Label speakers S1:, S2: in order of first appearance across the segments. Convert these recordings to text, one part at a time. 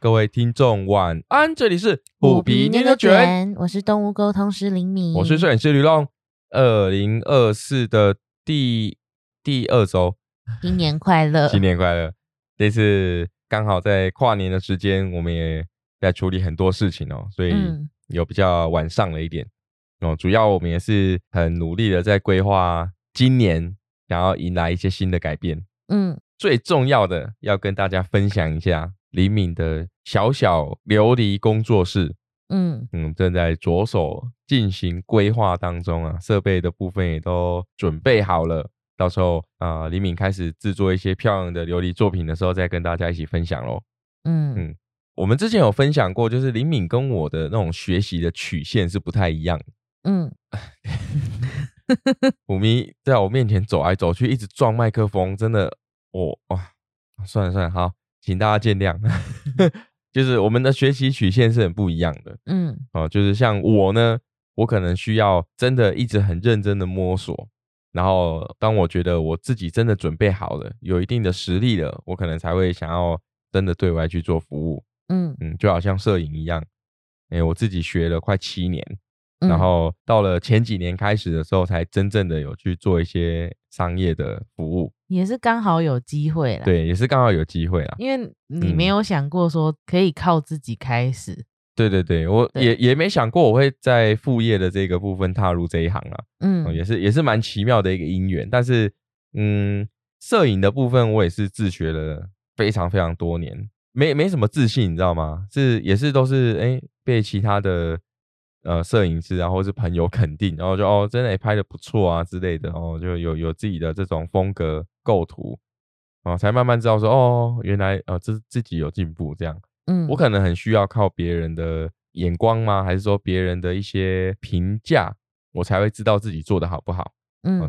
S1: 各位听众晚安，这里是
S2: 虎皮牛牛卷，我是动物沟通师林敏，
S1: 我是摄影师吕龙。二零二四的第第二周，
S2: 新年快乐，
S1: 新年快乐！这次刚好在跨年的时间，我们也在处理很多事情哦，所以
S2: 嗯
S1: 有比较晚上了一点哦。主要我们也是很努力的在规划今年想要迎来一些新的改变。
S2: 嗯，
S1: 最重要的要跟大家分享一下李敏的小小琉璃工作室，
S2: 嗯
S1: 嗯，正在着手进行规划当中啊，设备的部分也都准备好了。到时候啊、呃李敏开始制作一些漂亮的琉璃作品的时候，再跟大家一起分享喽。
S2: 嗯
S1: 嗯我们之前有分享过，就是李敏跟我的那种学习的曲线是不太一样的。
S2: 嗯
S1: 虎咪在我面前走来走去，一直撞麦克风，真的，我、哇，算了算了，好，请大家见谅。 就是我们的学习曲线是很不一样的。
S2: 嗯
S1: 哦，就是像我呢，我可能需要真的一直很认真的摸索，然后当我觉得我自己真的准备好了，有一定的实力了，我可能才会想要真的对外去做服务。
S2: 嗯
S1: 嗯，就好像摄影一样，诶、我自己学了快七年，
S2: 嗯，
S1: 然后到了前几年开始的时候，才真正的有去做一些商业的服务。
S2: 也是刚好有机会啦，，
S1: 对，也是刚好有机会啦。
S2: 因为你
S1: 嗯
S2: 没有想过说可以靠自己开始，
S1: 对对对，我
S2: 对
S1: 也也没想过我会在副业的这个部分踏入这一行啊。
S2: 嗯
S1: 哦，也是也是蛮奇妙的一个因缘。但是，嗯，摄影的部分我也是自学了非常非常多年，没没什么自信，你知道吗？是也是都是哎、诶被其他的呃摄影师啊或是朋友肯定，然后就哦真的、诶拍的不错啊之类的，哦就有有自己的这种风格构图。哦，才慢慢知道说哦，原来呃，自自己有进步这样。
S2: 嗯
S1: 我可能很需要靠别人的眼光吗？还是说别人的一些评价，我才会知道自己做的好不好？哦，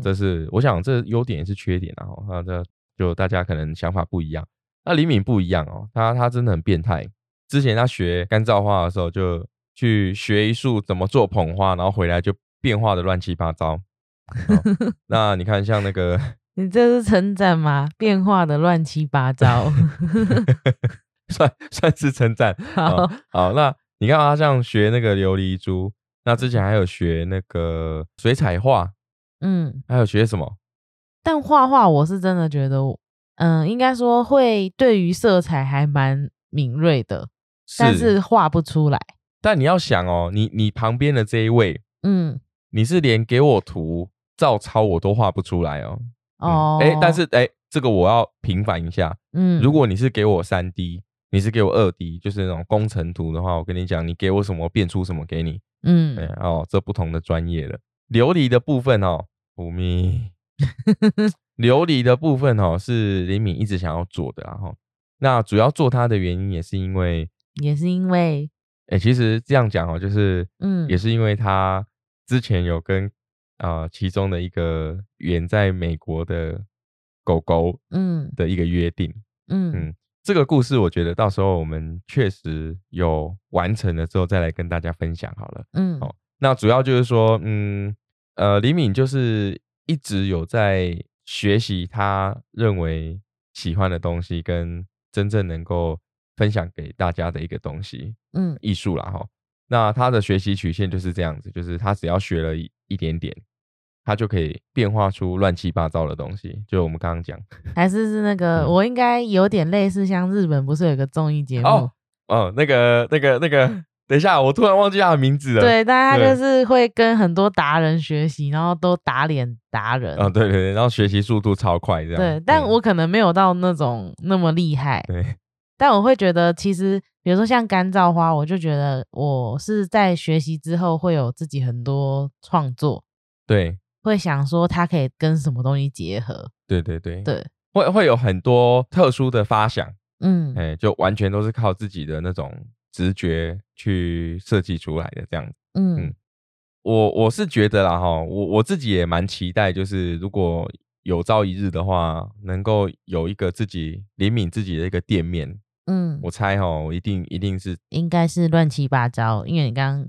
S2: 嗯
S1: 这是我想这优点也是缺点啊、哦。那这就大家可能想法不一样。那李敏不一样哦，他他真的很变态。之前他学干燥花的时候，就去学一术怎么做捧花，然后回来就变化的乱七八糟。 哦那你看，像那个
S2: 你这是称赞吗？变化的乱七八 糟，
S1: 算算是称赞，
S2: 啊好，
S1: 好，那你看他像学那个琉璃珠，那之前还有学那个水彩画，
S2: 嗯，
S1: 还有学什么？
S2: 但画画我是真的觉得我，嗯，应该说会对于色彩还蛮敏锐的，但是画不出来，
S1: 但你要想哦，你你旁边的这一位，
S2: 嗯，
S1: 你是连给我图照抄我都画不出来哦。嗯
S2: 哦，
S1: 诶但是哎、这个我要平反一下，
S2: 嗯，
S1: 如果你是给我三 D，你是给我二 D，就是那种工程图的话，我跟你讲，你给我什么变出什么给你。哎、
S2: 嗯，
S1: 哦，这不同的专业了。琉璃的部分哦，五 米，琉璃的部分哦是李敏一直想要做的、啊，然后那主要做它的原因也是因为，
S2: 也是因为，
S1: 哎、其实这样讲哦，就是
S2: 嗯，
S1: 也是因为他之前有跟呃其中的一个远在美国的狗狗
S2: 嗯
S1: 的一个约定，
S2: 嗯
S1: 嗯这个故事我觉得到时候我们确实有完成了之后再来跟大家分享好了。
S2: 嗯
S1: 哦那主要就是说，嗯，呃，李敏就是一直有在学习他认为喜欢的东西，跟真正能够分享给大家的一个东西，
S2: 嗯
S1: 艺术啦哈。那他的学习曲线就是这样子，就是他只要学了一一点点，他就可以变化出乱七八糟的东西。就我们刚刚讲，
S2: 还是是那个，
S1: 嗯
S2: 我应该有点类似，像日本不是有个综艺节目？
S1: 哦哦，那个那个那个，等一下，我突然忘记他的名字了。，
S2: 对，但他
S1: 对
S2: 就是会跟很多达人学习，然后都打脸达人。
S1: 哦对对对，然后学习速度超快这样。
S2: 对，但
S1: 嗯
S2: 我可能没有到那种那么厉害，
S1: 对。
S2: 但我会觉得，其实比如说像干燥花，我就觉得我是在学习之后会有自己很多创作，
S1: 对
S2: 会想说它可以跟什么东西结合。
S1: 对对对，
S2: 对，
S1: 会会有很多特殊的发想，
S2: 嗯
S1: 哎、就完全都是靠自己的那种直觉去设计出来的这样子。
S2: 嗯
S1: 我我是觉得啦哈，我我自己也蛮期待，就是如果有朝一日的话，能够有一个自己怜悯自己的一个店面，
S2: 嗯，
S1: 我猜哈，我一定一定 是
S2: 应该是乱七八糟，因为你刚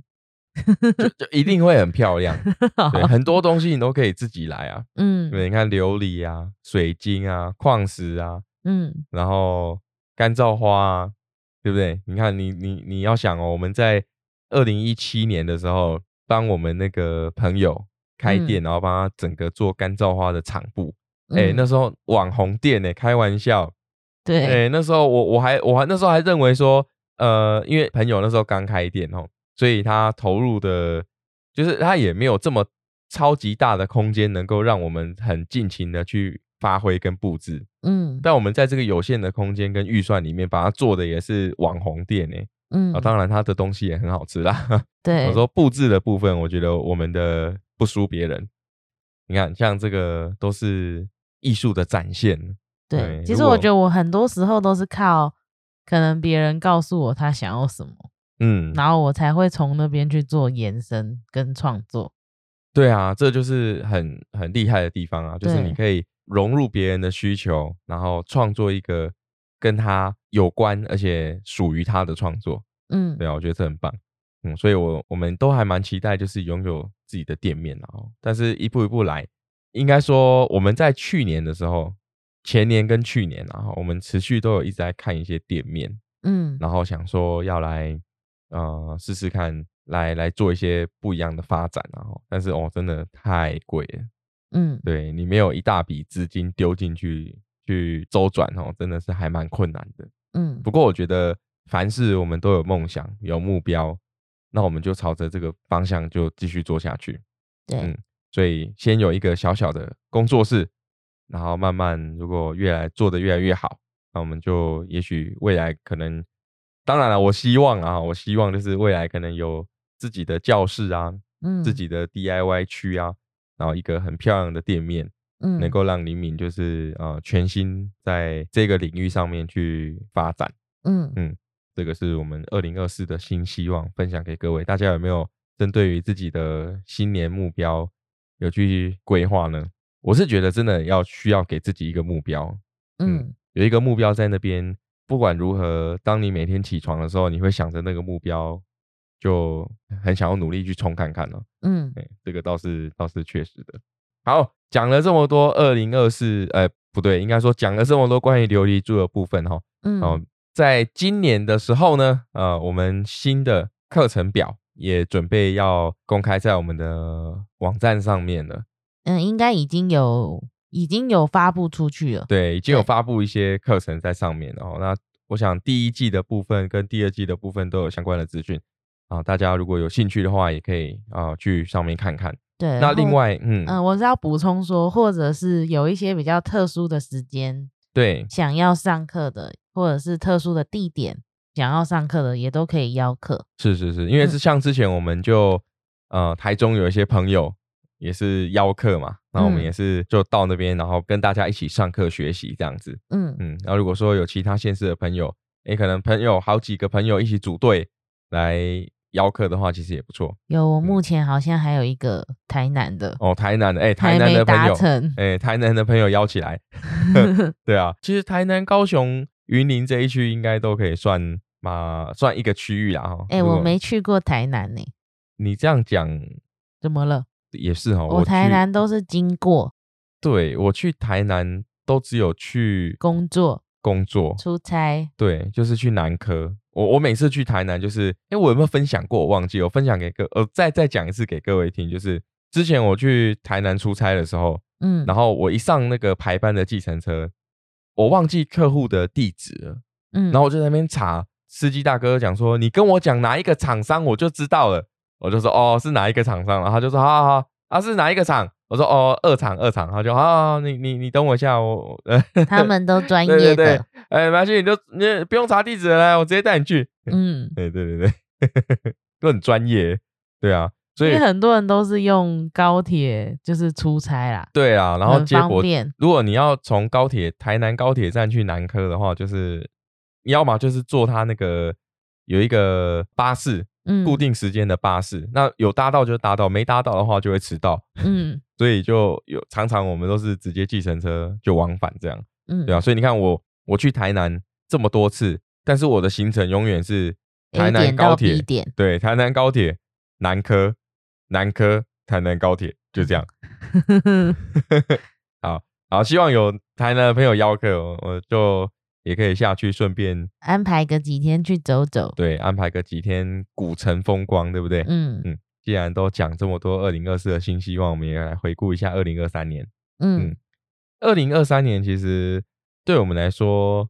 S1: 就就一定会很漂 亮，
S2: 刚
S1: 对，很多东西你都可以自己来啊，
S2: 嗯
S1: 对，你看琉璃啊、水晶啊、矿石啊，
S2: 嗯
S1: 然后干燥花啊，对不对？你看，你你你要想哦，我们在二零一七年的时候，帮我们那个朋友开店，然后帮他整个做干燥花的场布。哎、
S2: 嗯
S1: 那时候网红店呢、开玩笑。
S2: 对，
S1: 哎、那时候我我还我还那时候还认为说，呃，因为朋友那时候刚开店哦，所以他投入的，就是他也没有这么超级大的空间，能够让我们很尽情的去发挥跟布置。
S2: 嗯
S1: 但我们在这个有限的空间跟预算里面，把它做的也是网红店诶、
S2: 嗯，
S1: 啊，当然它的东西也很好吃啦。
S2: 对，
S1: 我说布置的部分，我觉得我们的不输别人。你看，像这个都是艺术的展现，
S2: 对
S1: 对，
S2: 其
S1: 哎如
S2: 实我
S1: 果
S2: 觉得我很多时候都是靠可能别人告诉我他想要什么，
S1: 嗯，
S2: 然后我才会从那边去做延伸跟创作。
S1: 对啊，这就是很很厉害的地方啊，就是
S2: 对
S1: 你可以融入别人的需求，然后创作一个跟他有关而且属于他的创作。
S2: 嗯，
S1: 对啊，我觉得这很棒。嗯，所以我我们都还蛮期待，就是拥有自己的店面啊。哦但是一步一步来，应该说我们在去年的时候，前年跟去年啊，我们持续都有一直在看一些店面，
S2: 嗯
S1: 然后想说要来呃试试看，来来做一些不一样的发展啊。哦但是哦，真的太贵了，
S2: 嗯，
S1: 对你没有一大笔资金丢进去去周转哦，真的是还蛮困难的。
S2: 嗯，
S1: 不过我觉得凡事我们都有梦想、有目标，那我们就朝着这个方向就继续做下去。
S2: 对
S1: 嗯，所以先有一个小小的工作室，然后慢慢如果越来做的越来越好，那我们就也许未来可能，当然了，我希望啊，我希望就是未来可能有自己的教室啊，
S2: 嗯，
S1: 自己的 DIY 区啊，然后一个很漂亮的店面，
S2: 嗯
S1: 能够让李敏就是呃全心在这个领域上面去发展。
S2: 嗯
S1: 这个是我们二零二四的新希望，分享给各位。大家有没有针对于自己的新年目标有去规划呢？我是觉得真的要需要给自己一个目标，
S2: 嗯
S1: 有一个目标在那边，不管如何，当你每天起床的时候，你会想着那个目标，就很想要努力去冲看看了、
S2: 嗯
S1: 哎，这个倒是倒是确实的。好，讲了这么多，二零二四，呃，不对，应该说讲了这么多关于琉璃珠的部分哈、
S2: 嗯
S1: 哦，在今年的时候呢，呃，我们新的课程表也准备要公开在我们的网站上面了。
S2: 嗯，应该已经有已经有发布出去了。
S1: 对，已经有
S2: 对
S1: 发布一些课程在上面了哦。那我想第一季的部分跟第二季的部分都有相关的资讯啊，大家如果有兴趣的话，也可以啊、去上面看看。
S2: 对，
S1: 那
S2: 然
S1: 另
S2: 后
S1: 外，嗯，
S2: 嗯，我是要补充说，或者是有一些比较特殊的时间
S1: 对，
S2: 想要上课的，或者是特殊的地点想要上课的，也都可以邀课。
S1: 是是是，因为
S2: 嗯
S1: 是像之前我们就、呃台中有一些朋友也是邀课嘛，然后我们
S2: 嗯
S1: 也是就到那边，然后跟大家一起上课学习这样子。
S2: 嗯
S1: 嗯，然后如果说有其他县市的朋友，诶，可能朋友好几个朋友一起组队来邀课的话，其实也不错
S2: 有，我
S1: 嗯
S2: 目前好像还有一个台南的，
S1: 哦。台南的诶，台
S2: 还
S1: 南
S2: 没
S1: 的朋
S2: 达
S1: 友，
S2: 成。
S1: 诶，台南的朋友邀起 来， 对啊，其实台南、高雄、云林这一区应该都可以算嘛，算一个区域啦哈。
S2: 哎、
S1: 如
S2: 我
S1: 果
S2: 没去过台南呢、
S1: 你这样讲
S2: 怎么了？
S1: 也是哈，
S2: 我台
S1: 哦去
S2: 南都是经过
S1: 对我去台南都只有去
S2: 工作、
S1: 工作，
S2: 出差。
S1: 对，就是去南科。我我每次去台南，就是哎，我有没有分享过？我忘记，我分享给各呃，再再讲一次给各位听，就是之前我去台南出差的时候，
S2: 嗯，
S1: 然后我一上那个排班的计程车，我忘记客户的地址了，
S2: 嗯，
S1: 然后我就在那边查，司机大哥讲说，你跟我讲哪一个厂商，我就知道了。我就说哦，是哪一个厂商？然后他就说好好好，啊是哪一个厂？我说哦，二厂二厂。他就好好好，你你你等我一下，我我呃，
S2: 他们都专 业
S1: 对
S2: 的，
S1: 对对，哎，没关系，你就你不用查地址了，来我直接带你去。
S2: 嗯，
S1: 对对对对， 都很专业，对啊，所
S2: 因
S1: 以
S2: 为很多人都是用高铁就是出差啦，
S1: 对啊，然后
S2: 很
S1: 接
S2: 方
S1: 驳
S2: 便。
S1: 如果你要从高铁台南高铁站去南科的话，就是你要么就是坐他那个有一个巴士，
S2: 嗯，
S1: 固定时间的巴士，那有搭到就搭到，没搭到的话就会迟到，
S2: 嗯
S1: 所以就有常常我们都是直接计程车就往返这样，
S2: 嗯，
S1: 对啊，所以你看我我去台南这么多次，但是我的行程永远是台
S2: A
S1: 南
S2: 点
S1: 高
S2: 到
S1: 铁
S2: B，点，
S1: 对，台南高铁南科南科台南高铁就这样。
S2: 嗯
S1: 哦好，希望有台南的朋友邀客，我我就也可以下去顺便
S2: 安排个几天去走走。
S1: 对安排个几天古城风光，对不对？
S2: 嗯
S1: 嗯既然都讲这么多二零二四的新希望，我们也来回顾一下二零二三年。
S2: 嗯
S1: 嗯二零二三年其实对我们来说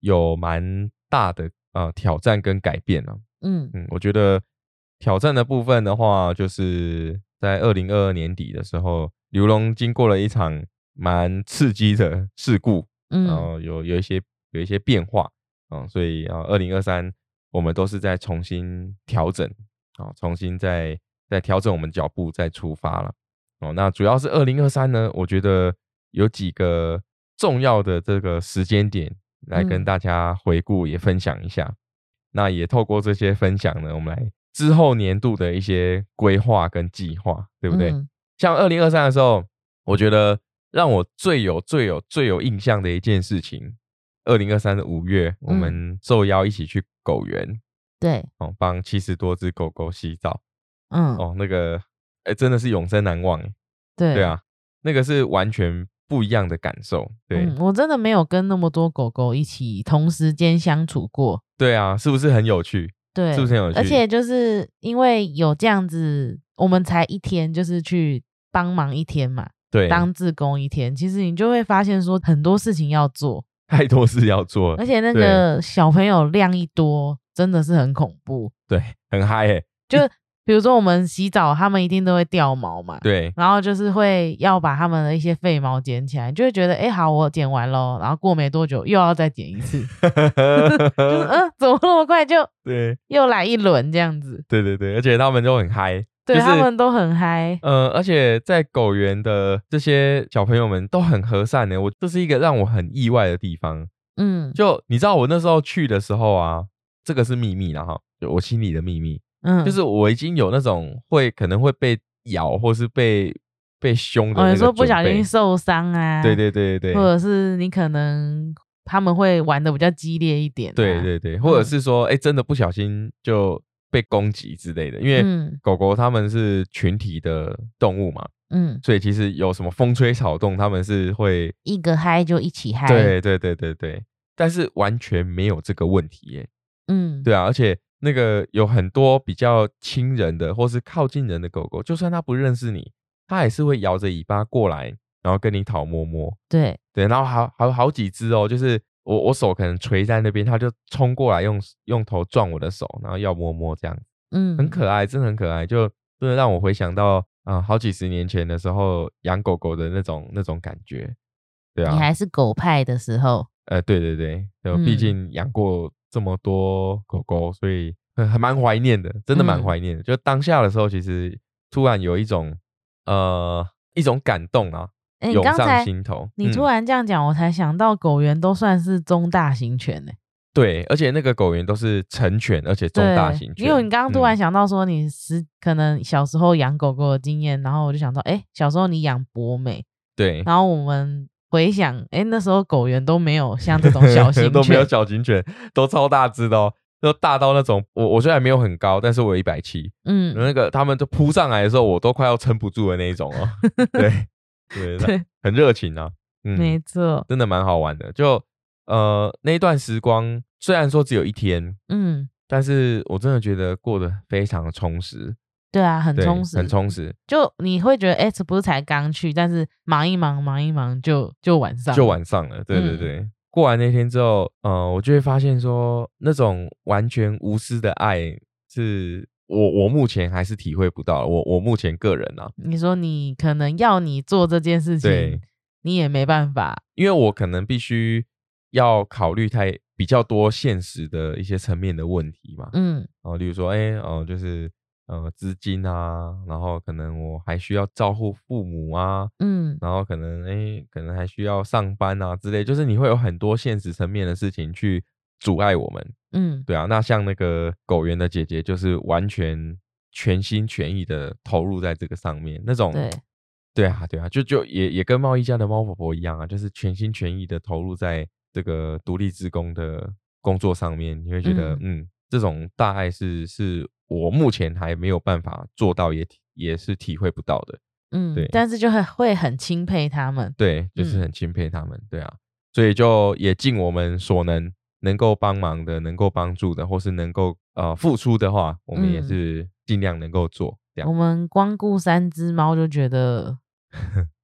S1: 有蛮大的呃挑战跟改变了、
S2: 嗯
S1: 嗯，我觉得挑战的部分的话，就是在二零二二年底的时候，刘龙经过了一场蛮刺激的事故，然
S2: 嗯
S1: 后有有一些有一些变化，嗯，所以啊，二零二三我们都是在重新调整啊，重新再再调整我们脚步再出发了。哦，那主要是二零二三呢，我觉得有几个重要的这个时间点来跟
S2: 嗯
S1: 大家回顾也分享一下。那也透过这些分享呢，我们来之后年度的一些规划跟计划，对不对？
S2: 嗯
S1: 像二零二三的时候，我觉得让我最有、最有、最有印象的一件事情，二零二三的五月，我
S2: 嗯
S1: 们受邀一起去狗园、
S2: 对，
S1: 哦，帮七十多只狗狗洗澡
S2: 嗯
S1: 哦，那个哎、真的是永生难忘哎，
S2: 对
S1: 对，啊，那个是完全不一样的感受，对、
S2: 嗯，我真的没有跟那么多狗狗一起同时间相处过，
S1: 对啊，是不是很有趣？
S2: 对，
S1: 是不是很有趣
S2: 而且就是因为有这样子，我们才一天，就是去帮忙一天嘛，
S1: 对，
S2: 当志工一天，其实你就会发现说很多事情要做，
S1: 太多事要做了
S2: 而，且那
S1: 哦对
S2: 个小朋友量一多，真的是很恐怖。
S1: 对，很嗨哎，
S2: 比如说我们洗澡，他们一定都会掉毛嘛，
S1: 对
S2: 然后就是会要把他们的一些废毛捡起来，你就会觉得哎、诶好，我剪完喽，然后过没多久又要再剪一 次，就是嗯、呃怎么那么快就
S1: 对
S2: 又来一轮这样子？
S1: 对对对，而且他们都很嗨，
S2: 对、
S1: 就是
S2: 他们都很嗨，
S1: 呃，而且在狗园的这些小朋友们都很和善呢，我这是一个让我很意外的地方。
S2: 嗯
S1: 就你知道，我那时候去的时候啊，这个是秘密啦哈，就我心里的秘密，
S2: 嗯，
S1: 就是我已经有那种会可能会被咬或是被被凶的
S2: 哦，
S1: 那
S2: 你
S1: 个
S2: 说不
S1: 准
S2: 小
S1: 备
S2: 心受伤啊，
S1: 对对对对
S2: 或
S1: 对
S2: 者是你可能他们会玩的比较激烈一点、啊，
S1: 对对对，或者
S2: 嗯
S1: 是说，哎、真的不小心就被攻击之类的，因为
S2: 嗯
S1: 狗狗它们是群体的动物嘛，
S2: 嗯，
S1: 所以其实有什么风吹草动，它们是会
S2: 一个嗨就一起嗨，，
S1: 对对对对对，但是完全没有这个问题耶。
S2: 嗯，
S1: 对啊，而且那个有很多比较亲人的或是靠近人的狗狗，就算它不认识你，它也是会摇着尾巴过来，然后跟你讨摸摸。
S2: 对
S1: 对，然后好好好几只哦，就是我我手可能垂在那边，它就冲过来用用头撞我的手，然后要摸摸这样，
S2: 嗯，
S1: 很可爱，真的很可爱，就真的让我回想到啊、好几十年前的时候养狗狗的那种那种感觉。对啊，
S2: 你还是狗派的时候，
S1: 呃，对对对，就毕
S2: 嗯
S1: 竟养过这么多狗狗，所以呃还蛮怀念的，真的蛮
S2: 嗯
S1: 怀念的。就当下的时候，其实突然有一种呃一种感动啊，
S2: 哎、你
S1: 涌
S2: 刚
S1: 上
S2: 才
S1: 心头。
S2: 你突
S1: 嗯、
S2: 然这样讲，我才想到狗园都算是中大型犬呢、
S1: 对，而且那个狗园都是成犬，而且中
S2: 对，
S1: 大型犬。
S2: 因为你刚刚突然
S1: 嗯
S2: 想到说你十、可能小时候养狗狗的经验，然后我就想到，哎、小时候你养博美，
S1: 对
S2: 然后我们回想，哎、那时候狗园都没有像这种小型
S1: 都没有
S2: 犬，
S1: 小型犬，都超大只的哦，都大到那种我我虽然没有很高，但是我有一百七，
S2: 嗯，
S1: 那个他们就扑上来的时候，我都快要撑不住的那一种 哦。对对，那
S2: 对，
S1: 很热情啊，嗯，
S2: 没错，
S1: 真的蛮好玩的。就呃那一段时光，虽然说只有一天，
S2: 嗯，
S1: 但是我真的觉得过得非常的充实，
S2: 对啊，很
S1: 对
S2: 充实，
S1: 很充实。
S2: 就你会觉得，哎、这不是才刚去，但是忙一忙，忙一忙就就晚上，
S1: 就，晚上了，对对
S2: 嗯
S1: 对。过完那天之后，呃，我就会发现说，那种完全无私的爱是。我我目前还是体会不到，我我目前个人啊，
S2: 你说你可能要你做这件事情
S1: 对，
S2: 你也没办法，
S1: 因为我可能必须要考虑太比较多现实的一些层面的问题嘛，
S2: 嗯
S1: 哦，例如说，哎、哦、就是呃，资金啊，然后可能我还需要照顾父母啊，
S2: 嗯
S1: 然后可能哎、可能还需要上班啊之类，就是你会有很多现实层面的事情去阻碍我们，
S2: 嗯，
S1: 对啊。那像那个狗园的姐姐，就是完全全心全意的投入在这个上面，那种
S2: 对，
S1: 对啊，对啊，就就也也跟贸易家的猫婆婆一样啊，就是全心全意的投入在这个独立职工的工作上面，你会觉得，嗯这种大爱是是我目前还没有办法做到，也体也是体会不到的。
S2: 嗯
S1: 对，
S2: 但是就很会很钦佩他们，
S1: 对，就是
S2: 嗯
S1: 很钦佩他们。对啊，所以就也尽我们所能，能够帮忙的、能够帮助的，或是能够呃付出的话，我们也
S2: 嗯
S1: 是尽量能够做。这样
S2: 我，们光顾三只猫就 觉得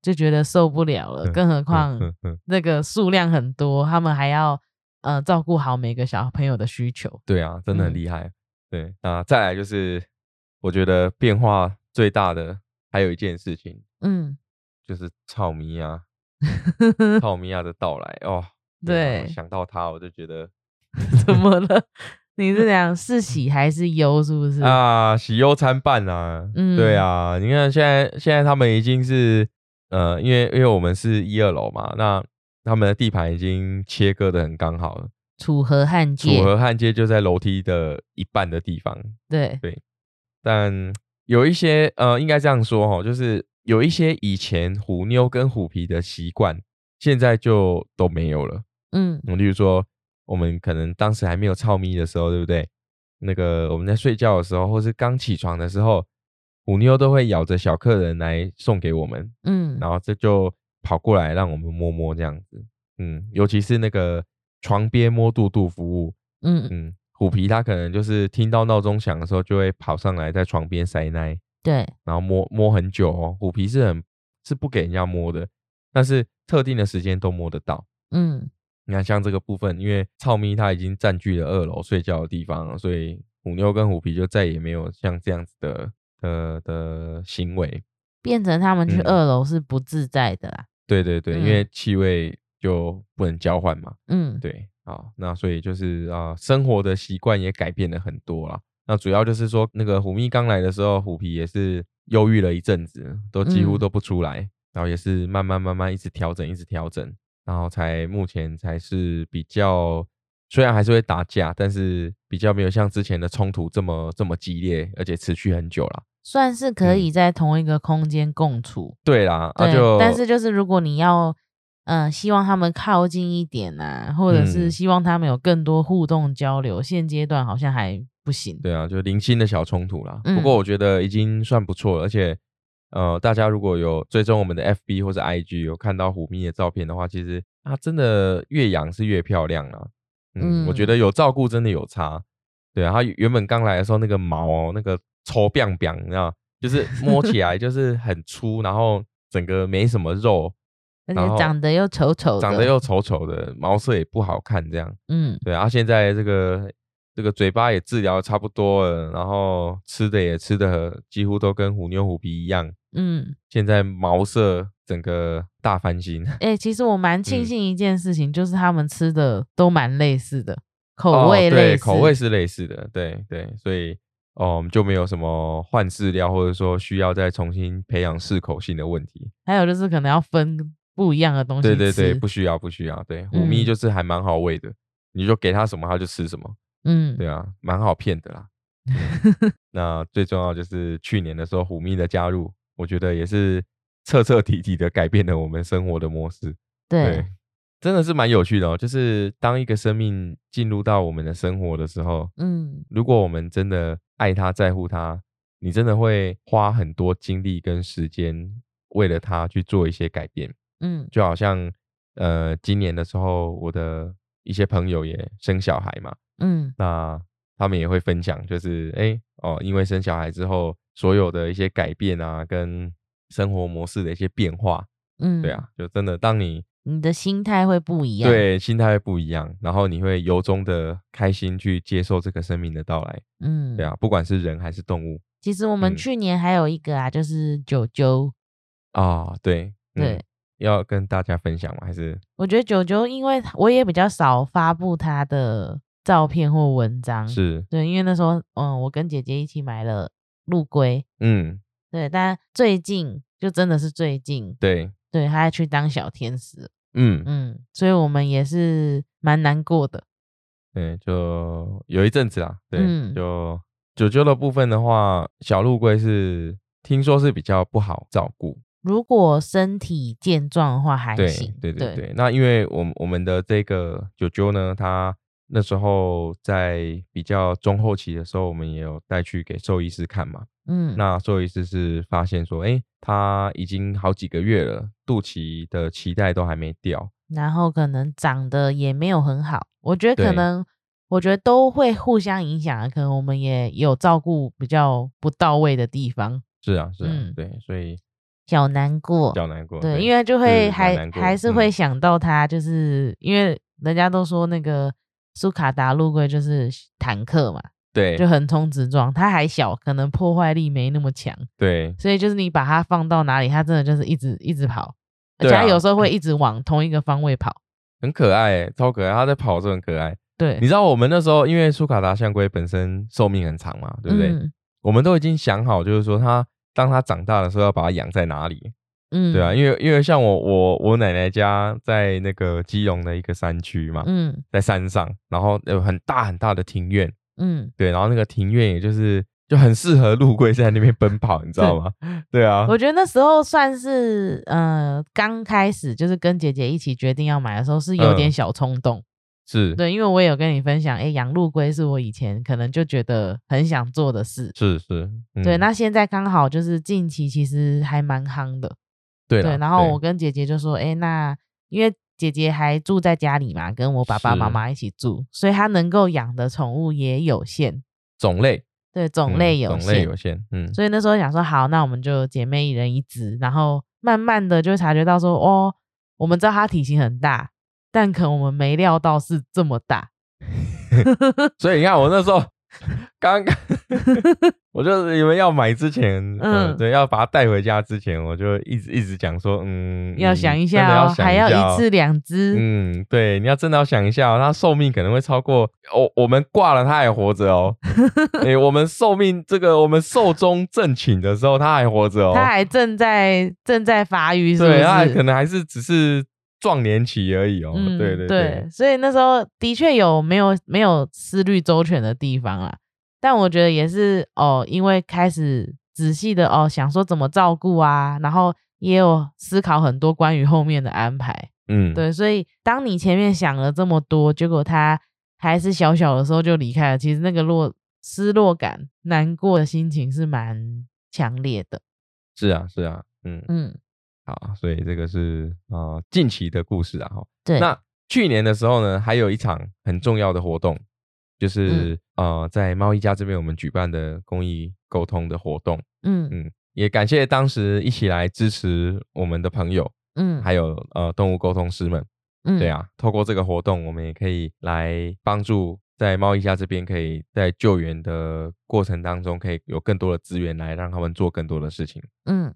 S2: 就觉得受不了了，更何况
S1: 嗯嗯，
S2: 那个数量很多，他们还要呃照顾好每个小朋友的需求。
S1: 对啊，真的很
S2: 嗯
S1: 厉害。对，那再来就是，我觉得变化最大的还有一件事情，
S2: 嗯，
S1: 就是草迷啊， 草迷亚的到来哦。啊
S2: 对
S1: 想到他我就觉得
S2: 怎么了？ 你是讲是 喜还是忧？是不是？
S1: 啊，喜忧参半啊。
S2: 嗯
S1: 对啊，你看现在现在他们已经是呃，因为因为我们是一二楼嘛，那他们的地盘已经切割的很刚好了，
S2: 楚河汉
S1: 楚
S2: 界，
S1: 河汉界就在楼梯的一半的地方，
S2: 对，
S1: 但有一些呃，应该这样说哈，就是有一些以前虎妞跟虎皮的习惯，现在就都没有了。
S2: 嗯
S1: 嗯，例如说，我们可能当时还没有超咪的时候，对不对？那个我们在睡觉的时候，或是刚起床的时候，虎妞都会咬着小客人来送给我们，
S2: 嗯，
S1: 然后这就跑过来让我们摸摸这样子。嗯，尤其是那个床边摸肚肚服务，
S2: 嗯，
S1: 嗯，虎皮它可能就是听到闹钟响的时候，就会跑上来在床边塞奶，
S2: 对，
S1: 然后摸摸很久哦。虎皮是很是不给人家摸的，但是特定的时间都摸得到。
S2: 嗯
S1: 你看，像这个部分，因为草咪它已经占据了二楼睡觉的地方了，所以虎妞跟虎皮就再也没有像这样子的的的行为。
S2: 变成他们去
S1: 嗯
S2: 二楼是不自在的啦。
S1: 对对对，因
S2: 嗯
S1: 为气味就不能交换嘛。
S2: 嗯，
S1: 对，好，那所以就是啊、生活的习惯也改变了很多啦。那主要就是说，那个虎咪刚来的时候，虎皮也是忧郁了一阵子，都几乎
S2: 嗯
S1: 都不出来，然后也是慢慢慢慢一直调整，一直调整，然后才目前才是比较，虽然还是会打架，但是比较没有像之前的冲突这么这么激烈，而且持续很久啦。
S2: 算是可
S1: 嗯
S2: 以在同一个空间共处。
S1: 对啦，啊
S2: 对
S1: 就，
S2: 但是就是如果你要，嗯、希望他们靠近一点啊，或者
S1: 嗯
S2: 是希望他们有更多互动交流，现阶段好像还不行。
S1: 对啊，就零星的小冲突啦。不过
S2: 嗯
S1: 我觉得已经算不错了，而且呃，大家如果有追踪我们的 FB 或者 IG 有看到虎咪的照片的话，其实它真的越养是越漂亮啦。嗯，我觉
S2: 嗯
S1: 得有照顾真的有差。对啊，它原本刚来的时候那个毛哦、那个粗 b 你知道，就是摸起来就是很粗，然后整个没什么肉，
S2: 而
S1: 然
S2: 且
S1: 后
S2: 长得又丑丑的，
S1: 长得又丑丑的，毛色也不好看，这样。
S2: 嗯
S1: 对啊，现在这个这个嘴巴也治疗得差不多了，然后吃的也吃的几乎都跟虎妞虎皮一样，
S2: 嗯，
S1: 现在毛色整个大翻新。
S2: 哎、其实我蛮庆
S1: 嗯
S2: 幸一件事情，就是他们吃的都蛮类似的，口
S1: 哦
S2: 味类
S1: 对，
S2: 似，
S1: 口味是类似的，对对，所以哦，我们就没有什么换饲料或者说需要再重新培养适口性的问题。
S2: 还有就是可能要分不一样的东西
S1: 对
S2: 吃，
S1: 对对，不需要不需要，对，虎咪
S2: 嗯
S1: 就是还蛮好喂的，你就给它什么它就吃什么。
S2: 嗯，
S1: 对啊，蛮好骗的啦。嗯那最重要就是去年的时候，虎咪的加入，我觉得也是彻彻底底的改变了我们生活的模式。
S2: 对，
S1: 真的是蛮有趣的哦。就是当一个生命进入到我们的生活的时候，
S2: 嗯
S1: 如果我们真的爱它、在乎它，你真的会花很多精力跟时间为了它去做一些改变。
S2: 嗯
S1: 就好像呃，今年的时候，我的一些朋友也生小孩嘛，
S2: 嗯
S1: 那他们也会分享，就是哎、诶哦，因为生小孩之后，所有的一些改变啊，跟生活模式的一些变化，
S2: 嗯，
S1: 对，啊，就真的当你
S2: 你的心态会不一样，，
S1: 对心态会不一样，然后你会由衷的开心去接受这个生命的到来，
S2: 嗯，
S1: 对啊，不管是人还是动物
S2: 其实我们
S1: 嗯
S2: 去年还有一个啊，就是九九，
S1: 啊，对
S2: 对、，
S1: 要跟大家分享吗？还是
S2: 我觉得九九，因为我也比较少发布他的照片或文章，
S1: 是
S2: 对，因为那时候嗯，我跟姐姐一起买了陆龟，
S1: 嗯，
S2: 对，但最近就真的是最近，
S1: 对，
S2: 对，他要去当小天使了，
S1: 嗯，
S2: 嗯，所以我们也是蛮难过的，
S1: 对，就有一阵子啦。对，
S2: 嗯
S1: 就九九的部分的话，小陆龟是听说是比较不好照顾。
S2: 如果身体健壮的话还
S1: 对
S2: 行，，
S1: 对对
S2: 对，
S1: 对。那因为我们我们的这个九九呢，它那时候在比较中后期的时候，我们也有带去给兽医师看嘛。
S2: 嗯，
S1: 那兽医师是发现说，哎，它已经好几个月了，肚脐的脐带都还没掉。
S2: 然后可能长得也没有很好，我觉得可
S1: 对
S2: 能，我觉得都会互相影响啊。可能我们也有照顾比较不到位的地方，
S1: 是啊，是啊，
S2: 嗯
S1: 对，所以
S2: 小难过。
S1: 比较难过。
S2: 对，因为
S1: 就
S2: 就
S1: 是
S2: 会
S1: 蛮
S2: 还
S1: 难过
S2: 还是
S1: 嗯
S2: 会想到他，就是、因为人家都说那个苏卡达陆龟就是坦克嘛，
S1: 对
S2: 就横冲直撞，他还小，可能破坏力没那么强，
S1: 对
S2: 所以就是你把它放到哪里，它真的就是一直一直跑，而
S1: 对
S2: 且它
S1: 啊
S2: 有时候会一直往同一个方位跑。
S1: 很可爱、欸，超可爱，它在跑的时候很可爱。
S2: 对，
S1: 你知道我们那时候因为苏卡达象龟本身寿命很长嘛，对不对？
S2: 嗯
S1: 我们都已经想好，就是说它当它长大的时候要把它养在哪里，
S2: 嗯，
S1: 对啊，，因为因为像我我我奶奶家在那个基隆的一个山区嘛，
S2: 嗯
S1: 在山上，然后有很大很大的庭院，
S2: 嗯，
S1: 对，然后那个庭院也就是就很适合陆龟在那边奔跑，你知道 吗？对啊，
S2: 我觉得那时候算是呃刚开始，就是跟姐姐一起决定要买的时候是有点
S1: 嗯
S2: 小冲动。
S1: 是
S2: 对，因为我也有跟你分享，哎，养陆龟是我以前可能就觉得很想做的事。
S1: 是是，嗯
S2: 对，那现在刚好就是近期其实还蛮夯的。
S1: 对啦
S2: 对，然后
S1: 对
S2: 我跟姐姐就说，哎，那因为姐姐还住在家里嘛，跟我爸爸妈
S1: 是
S2: 妈一起住，所以她能够养的宠物也有限，
S1: 种类
S2: 对，种
S1: 嗯
S2: 类有
S1: 种类
S2: 限。
S1: 有限，嗯，
S2: 所以那时候想说，好，那我们就姐妹一人一只，然后慢慢的就察觉到说，哦，我们知道它体型很大，但可能我们没料到是这么大。
S1: 所以你看，我那时候刚 刚，我就是你们要买之前，嗯、
S2: 嗯
S1: 对，要把它带回家之前，我就一直一直讲说，嗯，
S2: 要
S1: 嗯
S2: 想一
S1: 真
S2: 下
S1: 的
S2: 哦，
S1: 要想
S2: 还
S1: 下
S2: 要
S1: 哦
S2: 一次。两只，
S1: 嗯，对，你要真的要想一下、哦，它寿命可能会超过我、我们挂了，它还活着 哦。诶、我们寿命这个，我们寿终正寝的时候，它还活着哦。
S2: 它还正在正在发育，是不
S1: 对，它还可
S2: 是？
S1: 能还是只是壮年期而已哦。
S2: 嗯，
S1: 对对对，
S2: 所以那时候的确有没有没有思虑周全的地方啦，但我觉得也是哦，因为开始仔细的哦想说怎么照顾啊，然后也有思考很多关于后面的安排，
S1: 嗯，
S2: 对，所以当你前面想了这么多，结果它还是小小的时候就离开了，其实那个落失落感、难过的心情是蛮强烈的，
S1: 是啊，是啊，嗯，
S2: 嗯，
S1: 好，所以这个是啊、呃近期的故事啊。哈
S2: 对，
S1: 那去年的时候呢，还有一场很重要的活动，
S2: 嗯
S1: 就是、呃，在猫一家这边我们举办的公益沟通的活动。
S2: 嗯
S1: 嗯，也感谢当时一起来支持我们的朋友，
S2: 嗯，
S1: 还有呃动物沟通师们。
S2: 嗯
S1: 对，啊，透过这个活动，我们也可以来帮助在猫一家这边，可以在救援的过程当中，可以有更多的资源来让他们做更多的事情。
S2: 嗯，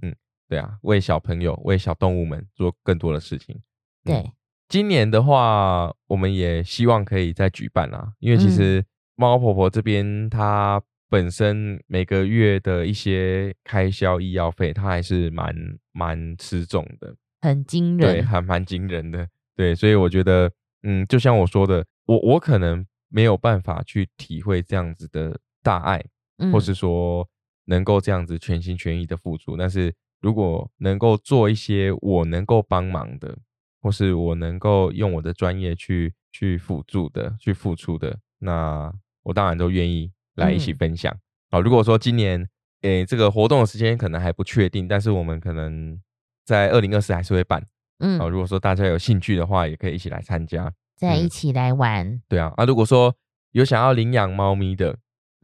S1: 对啊，为小朋友、为小动物们做更多的事情。嗯
S2: 对，
S1: 今年的话，我们也希望可以再举办啦，因为其实猫婆婆这边它本身每个月的一些开销、医药费，它还是蛮蛮吃重的，
S2: 很惊
S1: 对，
S2: 人，
S1: 还蛮惊人的，对，所以我觉得，嗯，就像我说的，我我可能没有办法去体会这样子的大爱，
S2: 嗯
S1: 或是说能够这样子全心全意的付出。但是如果能够做一些我能够帮忙的，或是我能够用我的专业去去辅助的、去付出的，那我当然都愿意来一起
S2: 嗯
S1: 分享。好、如果说今年诶这个活动的时间可能还不确定，但是我们可能在二零二四还是会办。
S2: 嗯
S1: 好、如果说大家有兴趣的话，也可以一起来参加。
S2: 在
S1: 嗯
S2: 一起来玩，
S1: 对啊，啊，如果说有想要领养猫咪的，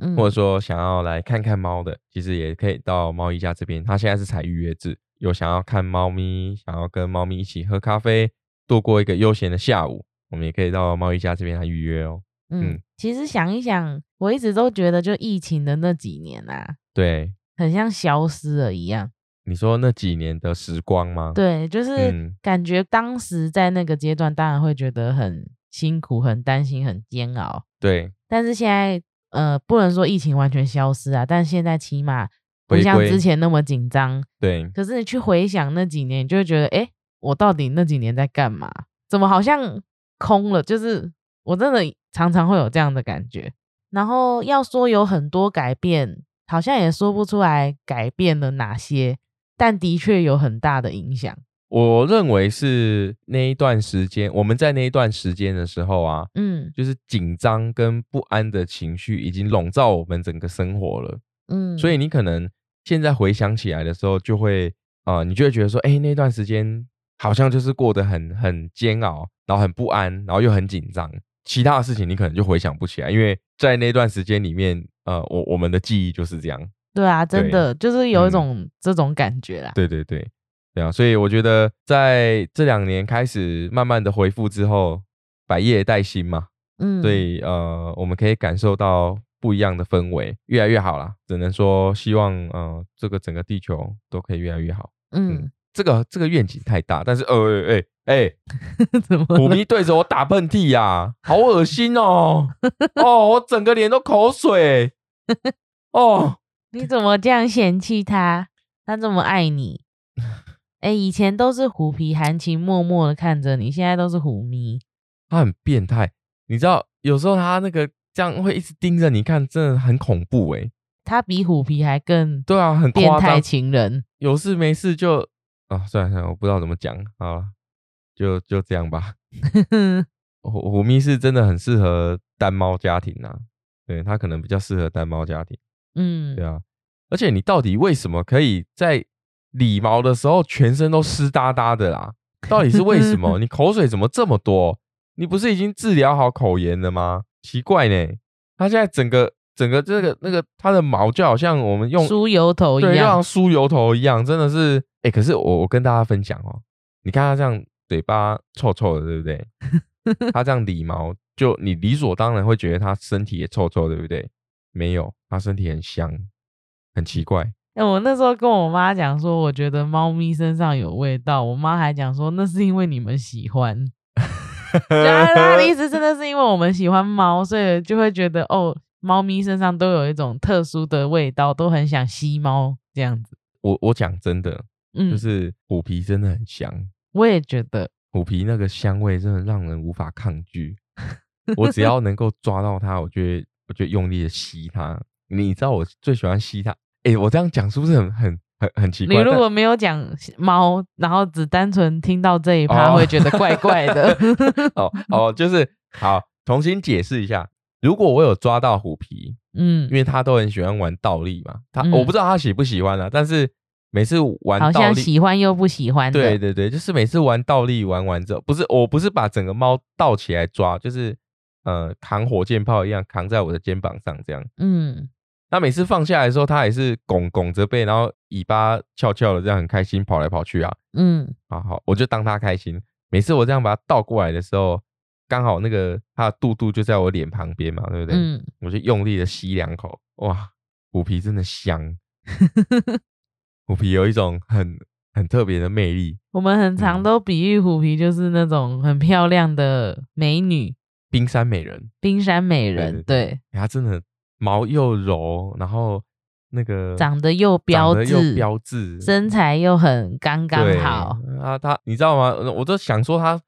S2: 嗯，
S1: 或者说想要来看看猫的，其实也可以到猫一家这边。它现在是采预约制，有想要看猫咪，想要跟猫咪一起喝咖啡，度过一个悠闲的下午，我们也可以到猫一家这边来预约哦。
S2: 嗯
S1: 嗯，
S2: 其实想一想，我一直都觉得，就疫情的那几年啊，
S1: 对，
S2: 很像消失了一样。
S1: 你说那几年的时光吗？，
S2: 对，就是
S1: 嗯
S2: 感觉当时在那个阶段，当然会觉得很辛苦、很担心、很煎熬。
S1: 对，
S2: 但是现在，呃，不能说疫情完全消失啊，但现在起码不
S1: 回
S2: 像
S1: 归
S2: 之前那么紧张。
S1: 对，
S2: 可是你去回想那几年，你就会觉得，哎、我到底那几年在干嘛？怎么好像空了？就是我真的常常会有这样的感觉。然后要说有很多改变，好像也说不出来改变了哪些，但的确有很大的影响。
S1: 我认为是那一段时间，我们在那一段时间的时候啊，
S2: 嗯
S1: 就是紧张跟不安的情绪已经笼罩我们整个生活了。
S2: 嗯，
S1: 所以你可能现在回想起来的时候，就会啊、呃你就会觉得说，哎、那段时间好像就是过得很很煎熬，然后很不安，然后又很紧张。其他的事情你可能就回想不起来，因为在那段时间里面，呃，我我们的记忆就是这样。
S2: 对啊，真
S1: 对
S2: 的就是有
S1: 嗯
S2: 一种、这种感觉啦。
S1: 对对对，对啊，所以我觉得在这两年开始慢慢的恢复之后，百业待兴嘛，
S2: 嗯，
S1: 所，以呃，我们可以感受到不一样的氛围，越来越好啦。只能说希望呃，这个整个地球都可以越来越好。
S2: 嗯，
S1: 这个这个愿景太大，但是呃哎哎
S2: 怎么
S1: 哎，虎
S2: 了？
S1: 迷对着我打喷嚏呀、好恶心 哦！哦，我整个脸都口水。哦，
S2: 你怎么这样嫌弃他？他这么爱你。哎、以前都是虎皮含情脉脉的看着你，现在都是虎咪。
S1: 他很变态，你知道，有时候他那个这样会一直盯着你看，真的很恐怖哎、
S2: 他比虎皮还 更
S1: 对啊，很
S2: 变
S1: 夸
S2: 态
S1: 张，
S2: 情人。
S1: 有事没事就啊，算了算了，我不知道怎么讲，好了，就就这样吧。虎虎咪是真的很适合单猫家庭啊，对它可能比较适合单猫家庭，
S2: 嗯
S1: 对，啊。而且你到底为什么可以在理毛的时候全身都湿哒哒的啦？到底是为什么？你口水怎么这么多？你不是已经治疗好口炎了吗？奇怪呢，它现在整个整个这个那个它的毛就好像我们用
S2: 梳油哦头一
S1: 对，就
S2: 样
S1: 像。梳油头一样，真的是哎、欸可是我我跟大家分享哦，你看他这样嘴巴臭臭的，对不对？ 他这样理毛，就你理所当然会觉得他身体也臭臭，对不对？没有，他身体很香，很奇怪。
S2: 哎、我那时候跟我妈讲说，我觉得猫咪身上有味道，我妈还讲说那是因为你们喜欢。 对啊，她的意思真的是因为我们喜欢猫，所以就会觉得哦，猫咪身上都有一种特殊的味道，都很想吸猫这样子。
S1: 我我讲真的，
S2: 嗯，
S1: 就是虎皮真的很香，
S2: 我也觉得，
S1: 虎皮那个香味真的让人无法抗拒。我只 要能够抓到它，我就会我就用力的吸它。你知道我最喜欢吸它？哎、我这样讲是不是很很很很奇
S2: 你
S1: 怪？
S2: 如
S1: 但
S2: 果没有讲猫，然后只单纯听到这一趴，
S1: 哦
S2: 会觉得怪怪 的。
S1: 哦哦，就是好，重新解释一下。如果我有抓到虎皮，
S2: 嗯
S1: 因，为他都很喜欢玩倒立嘛，他、
S2: 嗯
S1: 我不知道他喜不喜欢啦、啊但是每次玩
S2: 好
S1: 倒
S2: 像
S1: 立，
S2: 喜欢又不喜欢的。
S1: 对对对，就是每次玩倒立玩完之后，不是我不是把整个猫倒起来抓，就是呃扛火箭炮一样扛在我的肩膀上这样。
S2: 嗯，
S1: 那每次放下来的时候，它也是拱拱着背，然后尾巴翘翘的，这样很开心跑来跑去啊。
S2: 嗯
S1: 好好，我就当他开心。每次我这样把它倒过来的时候，刚好那个它的肚肚就在我脸旁边嘛，对不对？
S2: 嗯，
S1: 我就用力的吸两口，哇，虎皮真的香，虎皮有一种很很特别的魅力，
S2: 我们很常
S1: 嗯
S2: 都比喻虎皮就是那种很漂亮的美女，
S1: 冰山美人，
S2: 冰山美人，
S1: 对
S2: 对，
S1: 欸它真的毛又柔，然后那个
S2: 长得又标
S1: 长得又
S2: 致，
S1: 标致，
S2: 身材又很刚刚
S1: 对
S2: 好。
S1: 啊，他你知道吗？我都想说他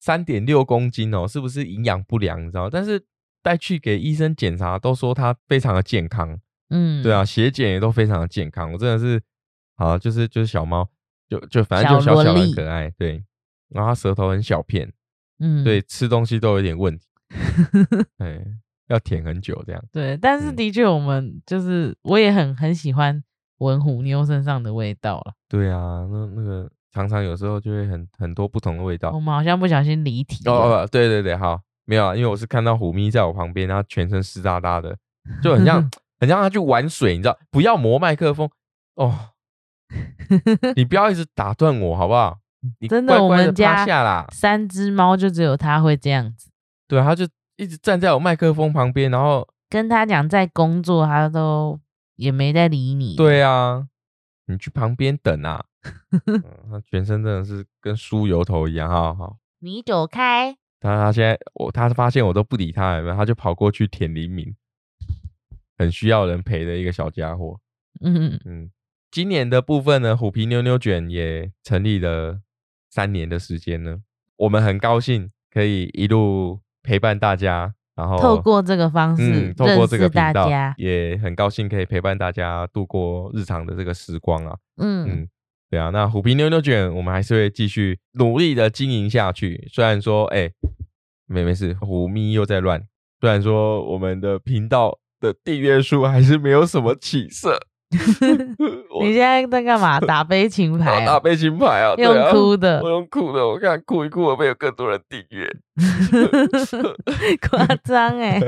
S1: 三点六公斤哦，是不是营养不良？你知道？但是带去给医生检查，都说他非常的健康。
S2: 嗯，
S1: 对啊，血检也都非常的健康。我真的是，啊，就是就是小猫，就就反正
S2: 小
S1: 就小小
S2: 萝
S1: 的
S2: 莉
S1: 可爱，对。然后它舌头很小片，
S2: 嗯，
S1: 对，吃东西都有点 问题，哎，要舔很久这样。
S2: 对，但是
S1: 嗯
S2: 的确，我们就是、我也很很喜欢闻虎妞身上的味道了。
S1: 对啊，那那个常常有时候就会很很多不同的味道
S2: 我。们好像不小心离题
S1: 哦
S2: 了。
S1: 哦，对对对，好，没有啊，因为我是看到虎咪在我旁边，然后全身湿哒哒的，就很 像很像他去玩水，你知道？不要磨麦克风哦， 你不要一直打断我好不好？你
S2: 真的
S1: 乖
S2: 我
S1: 乖
S2: 们
S1: 地趴
S2: 家
S1: 下啦，
S2: 三只猫就只有它会这样子，
S1: 对，他就一直站在我麦克风旁边，然后
S2: 跟它讲在工作，它都也没在理你。，
S1: 对啊，你去旁边等 啊，嗯他全身真的是跟梳油头一样，好好。
S2: 你走开。
S1: 他他现在我他发现我都不理他，有没有？他就跑过去舔黎明，很需要人陪的一个小家伙。
S2: 嗯，
S1: 嗯，今年的部分呢，虎皮妞妞卷也成立了三年的时间呢。我们很高兴可以一路陪伴大家，然后
S2: 透过这个方式、
S1: 嗯，透过这个
S2: 认识
S1: 频
S2: 大
S1: 道
S2: 家，。
S1: 也很高兴可以陪伴大家度过日常的这个时光啊。
S2: 嗯
S1: 嗯，对啊，那虎皮妞妞卷，我们还是会继续努力的经营下去。虽然说，哎、没没事，虎咪又在 乱。虽然说我们的频道的订阅数还是没有什么起色，我
S2: 你现在在干 嘛？打悲情牌、
S1: 打打
S2: 啊，
S1: 背心牌啊，对
S2: 用
S1: 啊
S2: 哭的
S1: 我用哭的，我看哭一哭会不会有更多人订阅？
S2: 夸张哎，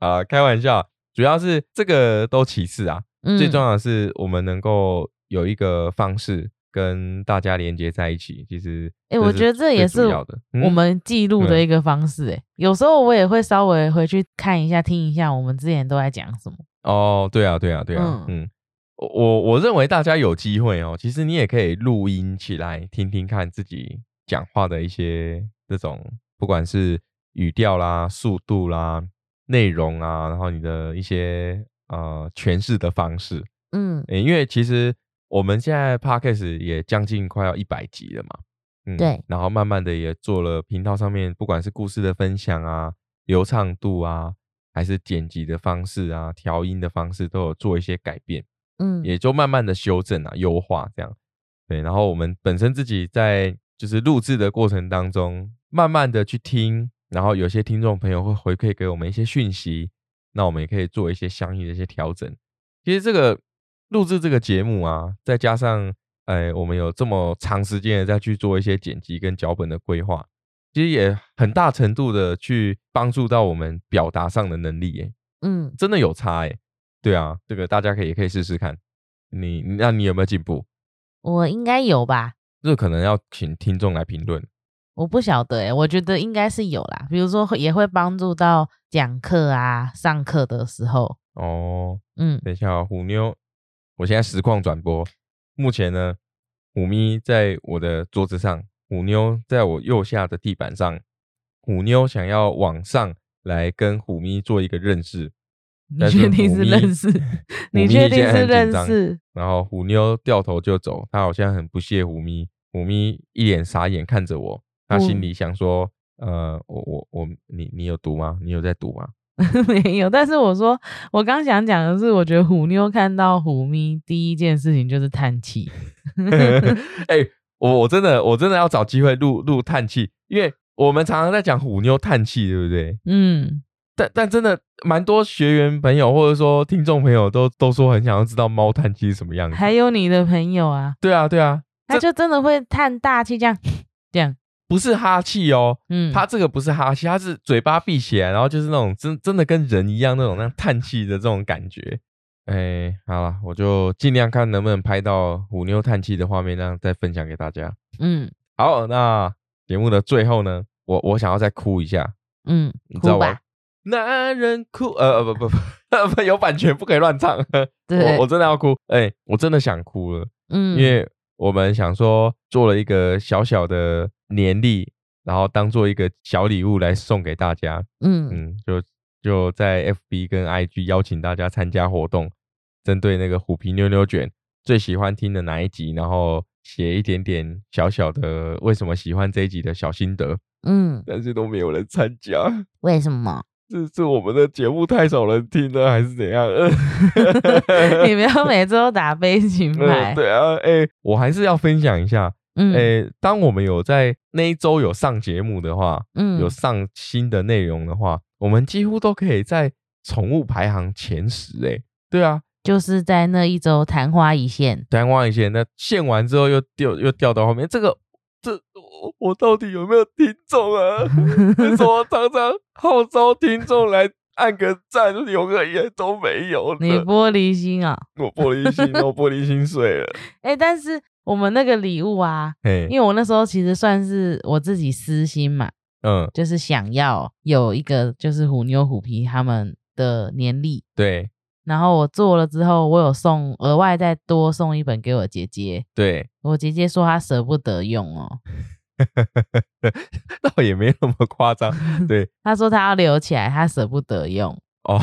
S1: 啊，开玩笑，主要是这个都其次啊，
S2: 嗯
S1: 最重要的是我们能够有一个方式跟大家连接在一起。其实，
S2: 诶我觉得这也是
S1: 要的。嗯啊
S2: 我们记录的一个方式、欸。有时候我也会稍微回去看一下、听一下，我们之前都在讲什么。
S1: 哦，对啊，对啊，对啊，嗯，我我我认为大家有机会哦，其实你也可以录音起来听听看自己讲话的一些这种，不管是语调啦、速度啦、内容啊，然后你的一些呃诠释的方式，
S2: 嗯，
S1: 诶，因为其实我们现在 podcast 也将近快要一百集了嘛，嗯，
S2: 对，
S1: 然后慢慢的也做了频道上面不管是故事的分享啊、流畅度啊，还是剪辑的方式啊、调音的方式，都有做一些改变，
S2: 嗯，
S1: 也就慢慢的修正啊、优化这样，对，然后我们本身自己在就是录制的过程当中，慢慢的去听，然后有些听众朋友会回馈给我们一些讯息，那我们也可以做一些相应的一些调整。其实这个录制这个节目啊，再加上呃，我们有这么长时间的再去做一些剪辑跟脚本的规划，其实也很大程度的去帮助到我们表达上的能力耶，
S2: 嗯，
S1: 真的有差哎。对啊，这个大家可以也可以试试看。你那你有没有进步？
S2: 我应该有吧？
S1: 这可能要请听众来评论。
S2: 我不晓得哎、我觉得应该是有啦。比如说会也会帮助到讲课啊、上课的时候，
S1: 哦，
S2: 嗯，
S1: 等一下、哦，虎妞，我现在实况转播。目前呢，虎咪在我的桌子上，虎妞在我右下的地板上。虎妞想要往上来跟虎咪做一个认识，
S2: 你
S1: 但是
S2: 确定
S1: 虎
S2: 是
S1: 咪？
S2: 认识 你
S1: 虎咪
S2: 确定
S1: 现在
S2: 是
S1: 很紧
S2: 认
S1: 张
S2: 识？
S1: 然后虎妞掉头就走，她好像很不屑虎咪。虎咪一脸傻眼看着我，她心
S2: 嗯
S1: 里想说：“呃，我我我，你你有毒吗？你有在毒 吗？”
S2: 没有，但是我说，我刚想讲的是，我觉得虎妞看到虎咪第一件事情就是叹气。
S1: 哎、我我真的我真的要找机会录录叹气，因为我们常常在讲虎妞叹气，对不对？
S2: 嗯，
S1: 但但真的蛮多学员朋友或者说听众朋友都都说很想要知道猫叹气是什么样子。
S2: 还有你的朋友啊，
S1: 对啊对啊，
S2: 他就真的会叹大气，这样这样。
S1: 不是哈气哦，
S2: 嗯，
S1: 它这个不是哈气，它是嘴巴闭起来，然后就是那种真真的跟人一样那种那样叹气的这种感觉。哎，好了，我就尽量看能不能拍到虎妞叹气的画面，让再分享给大家。
S2: 嗯
S1: 好，那节目的最后呢，我我想要再哭一下，
S2: 嗯，
S1: 你知道
S2: 哭
S1: 我啊
S2: 吧。
S1: 男人哭，呃呃不不不 不，有版权不可以乱唱。
S2: 对
S1: 我我真的要哭，哎、我真的想哭了，
S2: 嗯，
S1: 因为我们想说做了一个小小的年历，然后当做一个小礼物来送给大家。
S2: 嗯
S1: 嗯，就就在 FB 跟 IG 邀请大家参加活动，针对那个虎皮妞妞卷最喜欢听的哪一集，然后写一点点小小的为什么喜欢这一集的小心得，
S2: 嗯，
S1: 但是都没有人参加，
S2: 为 什么？
S1: 是是我们的节目太少人听了，还是怎样？ 呃
S2: 你不要每次都打悲情牌
S1: 呃、。对啊，哎、我还是要分享一下，
S2: 嗯，
S1: 哎、当我们有在那一周有上节目的话，
S2: 嗯，
S1: 有上新的内容的话，我们几乎都可以在宠物排行前十、欸。对啊，
S2: 就是在那一周昙花一现。
S1: 台湾以前那限完之后又掉又掉到后面，这个这我我到底有没有听众啊？ 为什么常常号召听众来按个赞，留个言都没有
S2: 你
S1: 呢？
S2: 玻璃心啊、
S1: 我玻璃 心，我玻璃心碎了。
S2: 哎、但是我们那个礼物啊，
S1: 嘿，
S2: 因为我那时候其实算是我自己私心嘛，
S1: 嗯，
S2: 就是想要有一个就是虎妞虎皮他们的年历，
S1: 对
S2: 然后我做了之后，我有送额外再多送一本给我姐姐，
S1: 对，
S2: 我姐姐说她舍不得用哦，
S1: 倒也没那么夸 张。对
S2: 她说她要留起来，她舍不得用。
S1: 哦，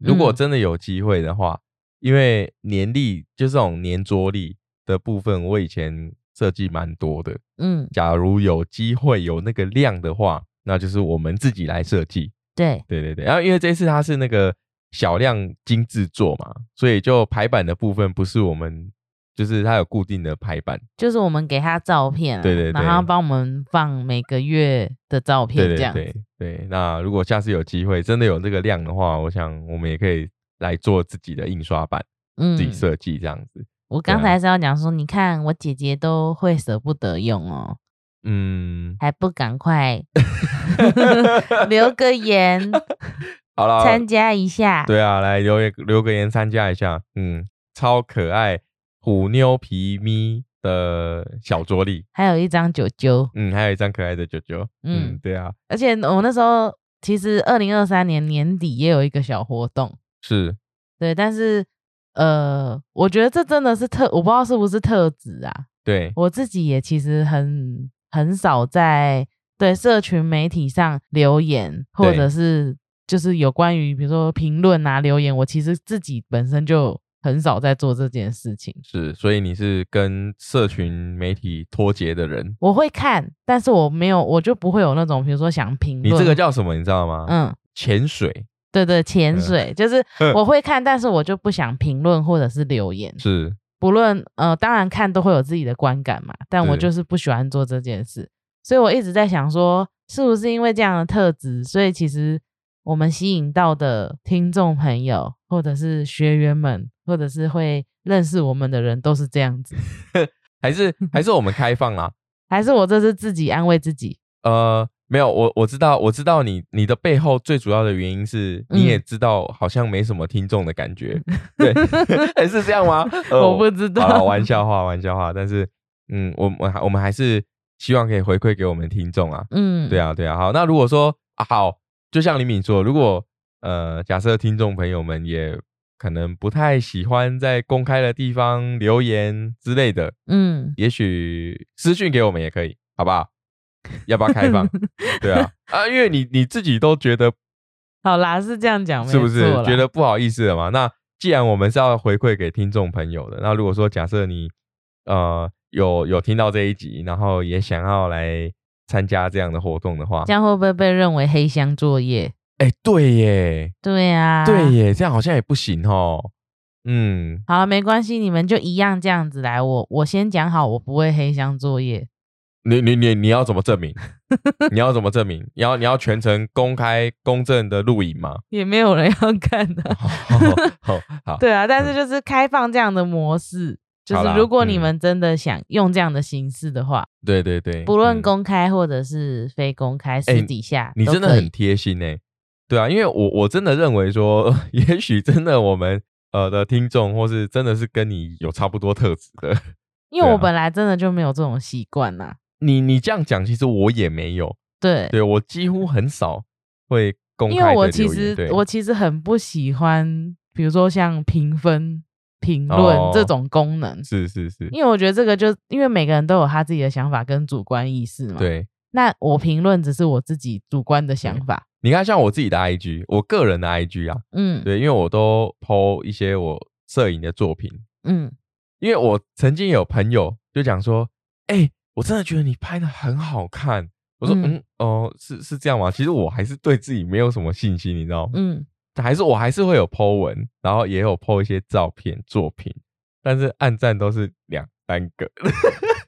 S1: 如果
S2: 嗯
S1: 真的有机会的话，因为年历就这种粘着力的部分，我以前设计蛮多的。
S2: 嗯，
S1: 假如有机会有那个量的话，那就是我们自己来设计。
S2: 对，
S1: 对对对，然后因为这次它是那个小量精制作嘛，所以就排版的部分不是我们，就是它有固定的排版。
S2: 就是我们给她照片、啊，
S1: 对对对
S2: 然后她帮我们放每个月的照片
S1: 对
S2: 这
S1: 对
S2: 样子。
S1: 对对，那如果下次有机会真的有这个量的话，我想我们也可以来做自己的印刷版，
S2: 嗯
S1: 自己设计这样子。
S2: 我
S1: 对
S2: 刚
S1: 啊
S2: 才是要讲说，你看我姐姐都会舍不得用哦，
S1: 嗯，
S2: 还不赶快留个言，
S1: 好了，
S2: 参加一下。
S1: 对啊，来留言留个言参加一下，嗯，超可爱虎妞皮咪的小桌力，
S2: 还有一张九九，
S1: 嗯，还有一张可爱的九九，嗯，
S2: 嗯
S1: 对啊，
S2: 而且我那时候其实二零二三年年底也有一个小活动，
S1: 是，
S2: 对，但是呃，我觉得这真的是特，我不知道是不是特质啊，
S1: 对，
S2: 我自己也其实很很少在对社群媒体上留言，或
S1: 对
S2: 者是就是有关于比如说评论啊留言，我其实自己本身就很少在做这件事情。
S1: 是，所以你是跟社群媒体脱节的人，
S2: 我会看，但是我没有，我就不会有那种比如说想评
S1: 你
S2: 论。
S1: 这个叫什么？你知道吗？
S2: 嗯，
S1: 潜水
S2: 对对，潜水、就是
S1: 嗯
S2: 我会看，但是我就不想评论或者是留言。
S1: 是，
S2: 不论呃，当然看都会有自己的观感嘛，但我
S1: 对
S2: 就是不喜欢做这件事，所以我一直在想说，是不是因为这样的特质，所以其实我们吸引到的听众朋友，或者是学员们，或者是会认识我们的人，都是这样子，
S1: 还 是还是我们开放啦、
S2: 还是我这是自己安慰自己？
S1: 呃，没有，我我知道，我知道你你的背后最主要的原因是，
S2: 嗯
S1: 你也知道好像没什么听众的感觉， 对， 还是这样吗？呃
S2: 我不知
S1: 好了，
S2: 道，
S1: 玩笑话，玩笑话，但是，嗯，我们还我们还是希望可以回馈给我们听众啊，
S2: 嗯，
S1: 对
S2: 啊，
S1: 啊，对啊，好，那如果说、啊、好，就像李敏说，如果呃，假设听众朋友们也可能不太喜欢在公开的地方留言之类的，
S2: 嗯，
S1: 也许私讯给我们也可以，好不好？要不要开放？对啊，啊，因为你你自己都觉得
S2: 好啦，是这样讲，
S1: 是不是
S2: 没错啦
S1: 觉得不好意思了嘛？那既然我们是要回馈给听众朋友的，那如果说假设你呃有有听到这一集，然后也想要来参加这样的活动的话
S2: 这，样会不会被认为黑箱作业？
S1: 哎、对耶，
S2: 对啊，
S1: 对耶，这样好像也不行哦。嗯，
S2: 好了，没关系，你们就一样这样子来。我我先讲好，我不会黑箱作业。
S1: 你你你你要怎么证明？你要怎么证明？你要你要全程公开公正的录影吗？
S2: 也没有人要看的、
S1: 好好好，
S2: 对啊，但是就是开放这样的模式，就
S1: 好啦
S2: 是如果你
S1: 嗯
S2: 们真的想用这样的形式的话，
S1: 对对对，
S2: 不论
S1: 嗯
S2: 公开或者是非公开，
S1: 哎
S2: 私底下、
S1: 你真的很，贴心呢、对啊，因为我我真的认为说， 也许真的我们呃的听众，或是真的是跟你有差不多特质的，
S2: 因为
S1: 对
S2: 我
S1: 啊
S2: 本来真的就没有这种习惯呐。
S1: 你你这样讲，其实我也没有，
S2: 对，
S1: 对我几乎很少会公开
S2: 因为
S1: 地
S2: 我
S1: 留
S2: 其
S1: 言
S2: 实
S1: 对
S2: 我其实很不喜欢，比如说像评分、评论、
S1: 哦
S2: 这种功能。
S1: 是是是，
S2: 因为我觉得这个就因为每个人都有他自己的想法跟主观意识嘛，
S1: 对。
S2: 那我评论只是我自己主观的想法，
S1: 你看，像我自己的 IG，我个人的 IG 啊，
S2: 嗯，，
S1: 对，因为我都 PO 一些我摄影的作品，
S2: 嗯，
S1: 因为我曾经有朋友就讲说，哎、我真的觉得你拍的很好看。我说，
S2: 嗯
S1: 嗯，哦、是是这样吗？其实我还是对自己没有什么信心，你知道吗？
S2: 嗯，
S1: 还是我还是会有 Po 文，然后也有 Po 一些照片作品，但是暗赞都是两三个，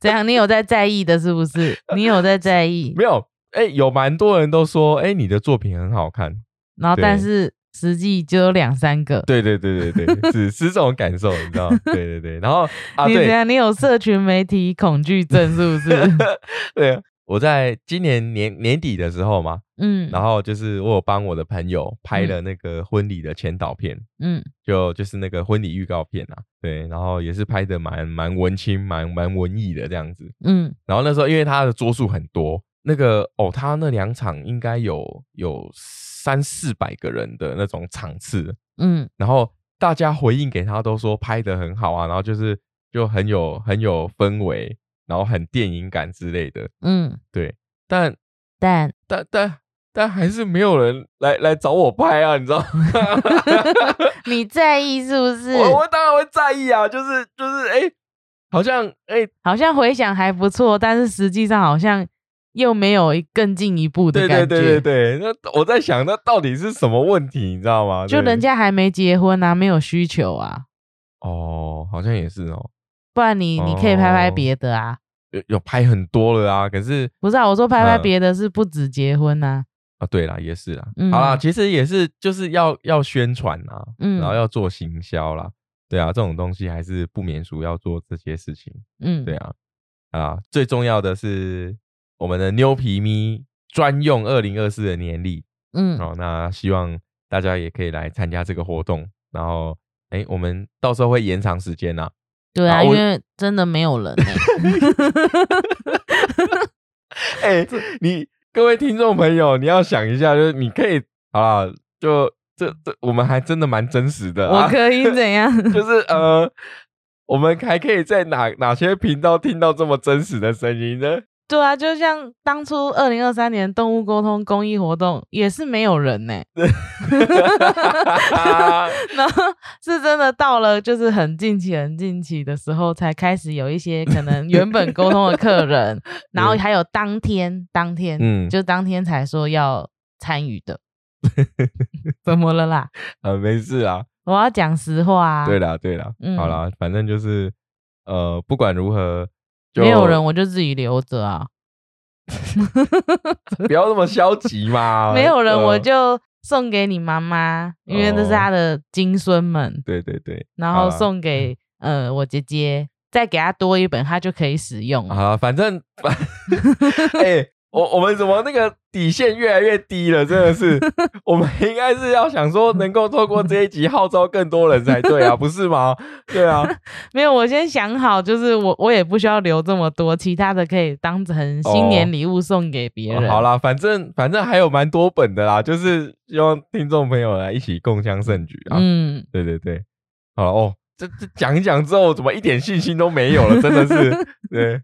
S2: 怎样？你有在在意的，是不是？你有在在意
S1: 没，有。哎、有蛮多人都说，哎、你的作品很好看。
S2: 然后
S1: 对
S2: 但是实际就有两三个，
S1: 对对对对 对，是是这种感受，你知道吗？对对对。然后啊，
S2: 你怎
S1: 对，
S2: 样？你有社群媒体恐惧症，是不是？
S1: 对，我在今年年年底的时候嘛，
S2: 嗯，
S1: 然后就是我有帮我的朋友拍
S2: 嗯
S1: 了那个婚礼的前导片，
S2: 嗯，
S1: 就就是那个婚礼预告片啊，对，然后也是拍的蛮蛮文青、蛮蛮文艺的这样子。
S2: 嗯，
S1: 然后那时候因为他的桌数很多，那个哦，他那两场应该有有三四百个人的那种场次，
S2: 嗯，
S1: 然后大家回应给他都说拍的很好啊，然后就是就很有很有氛围，然后很电影感之类的，
S2: 嗯，
S1: 对，但
S2: 但
S1: 但但但还是没有人来来找我拍啊，你知道吗？
S2: 你在意是不是？
S1: 我我当然会在意啊，就是就是哎、好像哎、
S2: 好像回想还不错，但是实际上好像又没有一更进一步的
S1: 对
S2: 感
S1: 对
S2: 觉。
S1: 对对对，那我在想那到底是什么问题，你知道吗？
S2: 就
S1: 啊对
S2: 人家还没结婚啊，没有需求啊，
S1: 哦，好像也是哦，
S2: 不然你你可以拍拍别的啊。
S1: 有有拍很多了啊，可是
S2: 不是啊，我说拍拍
S1: 嗯
S2: 别的是不止结婚啊，
S1: 啊，对啦，也是啦，
S2: 嗯
S1: 好啦，其实也是就是要要宣传啊，
S2: 嗯
S1: 然后要做行销啦，对啊，这种东西还是不免俗要做这些事情，
S2: 嗯，
S1: 对啊，啊，最重要的是我们的妞皮咪专用二零二四的年历，
S2: 嗯，
S1: 哦，那希望大家也可以来参加这个活动，然后哎，我们到时候会延长时间啦，
S2: 对
S1: 好
S2: 啊，因
S1: 我
S2: 为真的没有 人、欸，
S1: 哎，你各位听众朋友，你要想一下，就是你可以好啦，就这这我们还真的蛮真实的
S2: 我
S1: 啊，
S2: 可以怎样？
S1: 就是呃，我们还可以在哪哪些频道听到这么真实的声音呢？
S2: 对啊，就像当初二零二三年动物沟通公益活动也是没有 人呢、然后是真的到了就是很近期、很近期的时候，才开始有一些可能原本沟通的客 人，然后还有当天、当天，
S1: 嗯
S2: 就当天才说要参与 的。怎么了啦？
S1: 呃，没事啊，
S2: 我要讲实话啊，
S1: 对啦对啦，
S2: 嗯
S1: 好啦，反正就是呃，不管如何，就
S2: 没有人我就自己留着啊，
S1: 不要那么消极嘛，
S2: 没有人
S1: 呃
S2: 我就送给你妈妈，因为这是
S1: 哦啊
S2: 她的金孙们。
S1: 对对对，
S2: 然
S1: 好
S2: 后
S1: 啦
S2: 送给
S1: 嗯
S2: 呃我姐姐，再给她多一本，她就可以使用了。
S1: 好啦，反正 反哎、我我们怎么那个底线越来越低了？真的 是，我们应该是要想说能够透过这一集号召更多人才对 啊，不是吗？对啊，
S2: 没有，我先想好，就是我我也不需要留这么多，其他的可以当成新
S1: 哦
S2: 年礼物送给别
S1: 哦
S2: 人。
S1: 好，啦，反正反正还有蛮多本的啦，就是希望听众朋友来一起共襄盛举啊。
S2: 嗯，
S1: 对对对，好了哦，这这讲一讲之后，怎么一点信心都没有了？真的 是，对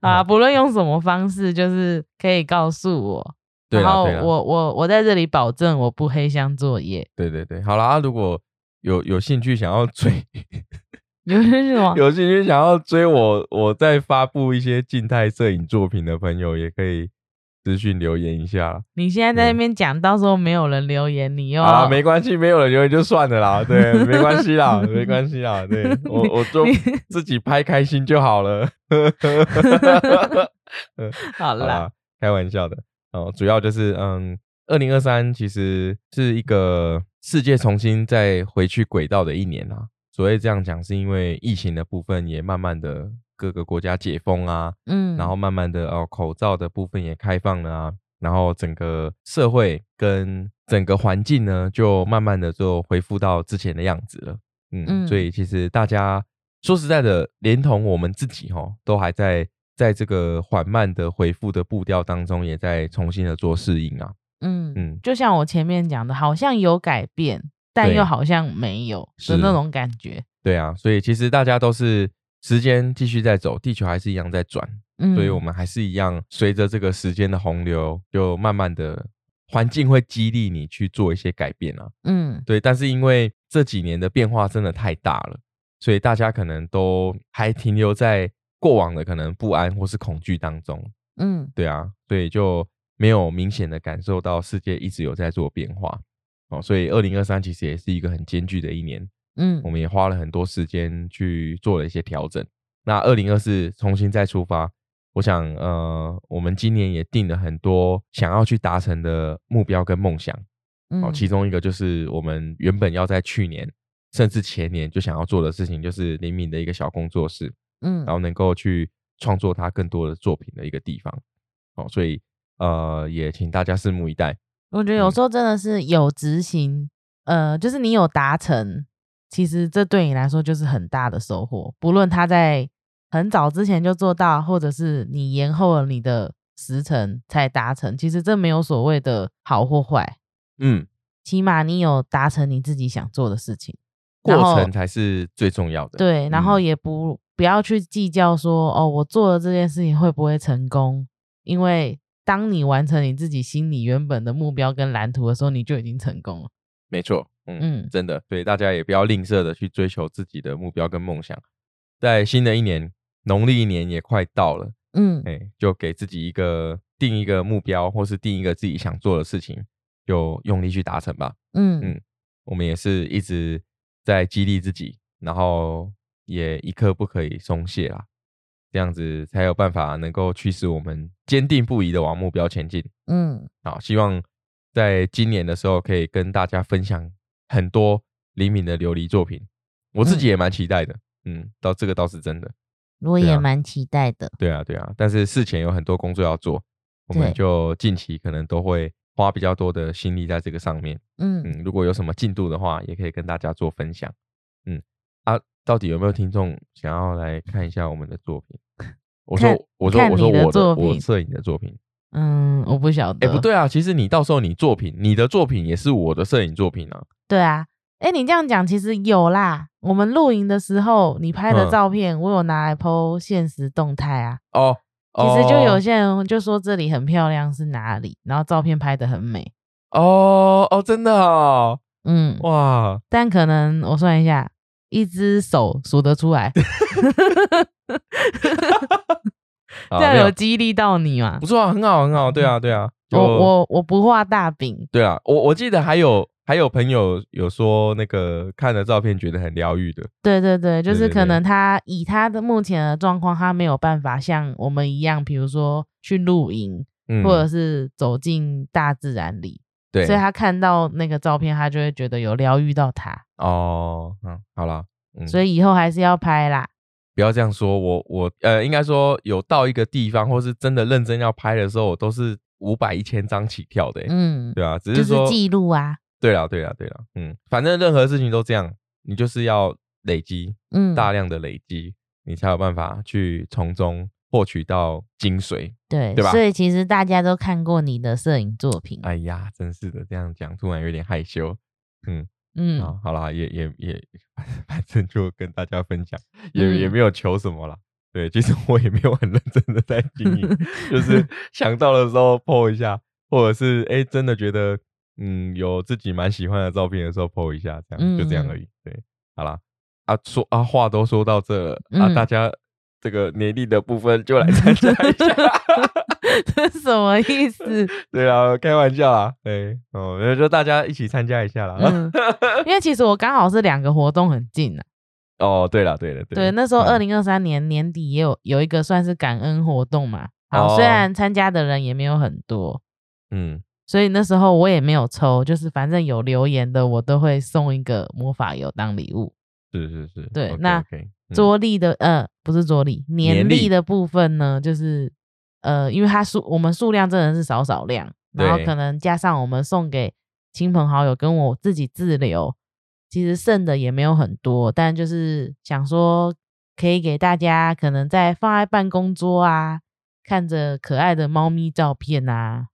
S2: 啊，
S1: 好
S2: 不论用什么方式，就是可以告诉我。
S1: 对
S2: 然
S1: 啦
S2: 后
S1: 对啦
S2: 我我我在这里保证我不黑箱作业，
S1: 对对对，好啦，啊如果有有兴趣想要追，
S2: 有些是什么？
S1: 有兴趣想要追我，我在发布一些静态摄影作品的朋友，也可以私讯留言一下啦。
S2: 你现在在那边讲，到时候没有人留言，你又
S1: 嗯好啦，
S2: 要
S1: 没关系，没有人留言就算了啦，对，没关系啦，没关系啦，对我我就
S2: 你
S1: 自己拍开心就好了。
S2: 好
S1: 好
S2: 啦，
S1: 啦，开玩笑的。哦，主要就是嗯，二零二三其实是一个世界重新再回去轨道的一年啊。所谓这样讲，是因为疫情的部分也慢慢的各个国家解封啊，
S2: 嗯，
S1: 然后慢慢的哦，口罩的部分也开放了啊，然后整个社会跟整个环境呢，就慢慢的就恢复到之前的样子了。嗯，
S2: 嗯
S1: 所以其实大家说实在的，连同我们自己哈、都还在在这个缓慢的恢复的步调当中，也在重新的做适应啊。
S2: 嗯
S1: 嗯，
S2: 就像我前面讲的，好像有改变，但
S1: 对
S2: 又好像没有
S1: 是
S2: 的那种感觉。
S1: 对啊，所以其实大家都是时间继续在走，地球还是一样在转，
S2: 嗯，
S1: 所以我们还是一样，随着这个时间的洪流，就慢慢的环境会激励你去做一些改变啊。
S2: 嗯
S1: 对，但是因为这几年的变化真的太大了，所以大家可能都还停留在过往的可能不安或是恐惧当中。
S2: 嗯
S1: 对啊，所以就没有明显的感受到世界一直有在做变化。哦，所以二零二三其实也是一个很艰巨的一年，
S2: 嗯
S1: 我们也花了很多时间去做了一些调整。那二零二四重新再出发，我想，呃，我们今年也定了很多想要去达成的目标跟梦想。
S2: 嗯，
S1: 哦，其中一个就是我们原本要在去年甚至前年就想要做的事情，就是灵敏的一个小工作室，
S2: 嗯
S1: 然后能够去创作他更多的作品的一个地方。哦，所以呃，也请大家拭目以待。
S2: 我觉得
S1: 嗯
S2: 有时候真的是有执行，呃，就是你有达成，其实这对你来说就是很大的收获。不论他在很早之前就做到，或者是你延后了你的时辰才达成，其实这没有所谓的好或坏，
S1: 嗯，
S2: 起码你有达成你自己想做的事情。
S1: 过
S2: 然后
S1: 程才是最重要的。
S2: 对，然后
S1: 嗯
S2: 也不、不要去计较说哦，我做了这件事情会不会成功，因为当你完成你自己心里原本的目标跟蓝图的时候，你就已经成功了。
S1: 没错，嗯
S2: 嗯
S1: 真的，所以大家也不要吝啬的去追求自己的目标跟梦想。在新的一年，农历一年也快到了，
S2: 嗯
S1: 哎、就给自己一个定一个目标，或是定一个自己想做的事情，就用力去达成吧。嗯
S2: 嗯
S1: 我们也是一直在激励自己，然后也一刻不可以松懈啦。这样子才有办法能够驱使我们坚定不移的往目标前进。
S2: 嗯，
S1: 好，啊希望在今年的时候可以跟大家分享很多李敏的琉璃作品，我自己也蛮期待的。嗯，到这个倒是真的。
S2: 我
S1: 对
S2: 也
S1: 啊
S2: 蛮期待的。
S1: 对啊，对啊，但是事前有很多工作要做，我
S2: 对
S1: 们就近期可能都会花比较多的心力在这个上面。
S2: 嗯，
S1: 嗯，如果有什么进度的话，也可以跟大家做分享。嗯，啊，到底有没有听众想要来看一下我们的作品？ 我
S2: 看
S1: 说，我说，
S2: 看
S1: 我说
S2: 你的
S1: 我
S2: 作
S1: 的我
S2: 品
S1: 摄影的作品。
S2: 嗯，我不晓得。
S1: 哎，不，对啊，其实你到时候你作品，你的作品也是我的摄影作品啊。
S2: 对啊。哎，你这样讲其实有啦。我们露营的时候，你拍的
S1: 嗯
S2: 照片，我有拿来 PO 现实动态啊。
S1: 哦，
S2: 其实就有
S1: 哦
S2: 些人就说这里很漂亮是哪里，然后照片拍的很美。
S1: 哦哦，真的哦，
S2: 嗯，
S1: 哇，
S2: 但可能我算一下，一只手数得 出来，
S1: 啊
S2: 这样
S1: 没
S2: 啊有激励到你嘛
S1: 不？错啊，很好很好，对啊对啊，
S2: 我
S1: 就
S2: 我我不画大饼，
S1: 对啊，我我记得还有还有朋友有说那个看了照片觉得很疗愈的，
S2: 对对对，就
S1: 对
S2: 是
S1: 对
S2: 可
S1: 对
S2: 能他以他的目前的状况，他没有办法像我们一样，比如说去露营，
S1: 嗯，
S2: 或者是走进大自然里，
S1: 对，
S2: 所以他看到那个照片，他就会觉得有疗愈到他，
S1: 哦，嗯，好啦，嗯，
S2: 所以以后还是要拍啦。
S1: 不要这样说，我我呃，应该说有到一个地方，或是真的认真要拍的时候，我都是五百一千张起跳的欸、
S2: 嗯，
S1: 对啊，只
S2: 就是是
S1: 说，
S2: 记录啊，
S1: 对啦对啦对啦，嗯，反正任何事情都这样，你就是要累积，
S2: 嗯，
S1: 大量的累积，你才有办法去从中获取到精髓。
S2: 对，
S1: 对吧
S2: 所以其实大家都看过你的摄影作品，
S1: 哎呀，真是的，这样讲突然有点害羞。
S2: 嗯，
S1: 啊，好啦，也也也， 反正就跟大家分享，也、也
S2: 嗯
S1: 没有求什么啦。对，其实 我也没有很认真的在经营，就是 想到的时候 po 一下，或者是哎、诶真的觉得嗯有自己蛮喜欢的照片的时候 po 一下，这样、就这样
S2: 嗯
S1: 而已。对，好啦，啊说啊话都说到这了、啊，大
S2: 嗯
S1: 家这个年历的部分就来参加一 下。
S2: 这是什么意思？
S1: 对啊，开玩笑啊，对，哦，就就大家一起参加一下啦。
S2: 嗯，因为其实我刚好是两个活动很近啊。
S1: 哦，对了，对了，
S2: 对，那时候
S1: 嗯
S2: 二零二三年年底也有有一个算是感恩活动嘛。好，虽
S1: 哦
S2: 然参加的人也没有很多，
S1: 嗯，
S2: 所以那时候我也没有抽，就是反正有留言的我都会送一个魔法油当礼物。
S1: 是是是，
S2: 对
S1: OK，
S2: 那
S1: OK，嗯
S2: 桌历的呃不是桌历，年
S1: 年历
S2: 历的部分呢，就是呃因为它数我们数量真的是少少量，然后
S1: 对
S2: 可能加上我们送给亲朋好友跟我自己自留，其实剩的也没有很多，但就是想说可以给大家可能在放在办公桌啊，看着可爱的猫咪照片啊，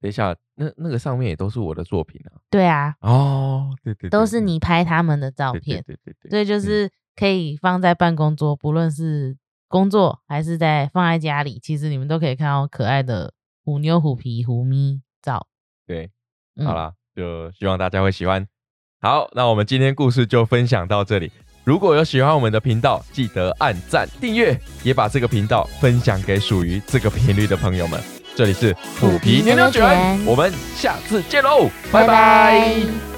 S1: 等一下，那那个上面也都是我的作品啊。
S2: 对啊，
S1: 哦，对对，
S2: 都
S1: 对
S2: 是
S1: 嗯
S2: 你拍他们的照
S1: 对
S2: 片，
S1: 对对对嗯
S2: 所
S1: 对，
S2: 以就是可以放在办公桌，不论是工作还是在放在家里，其实你们都可以看到可爱的虎妞、虎皮、虎咪照。
S1: 对，
S2: 嗯
S1: 好，啦，就希望大家会喜欢。好，那我们今天故事就分享到这里。如果有喜欢我们的频道，记得按赞、订阅，也把这个频道分享给属于这个频率的朋友们。这里是
S2: 虎皮
S1: 牛
S2: 牛
S1: 牛
S2: 卷
S1: 卷，我们下次见喽，拜拜
S2: 拜拜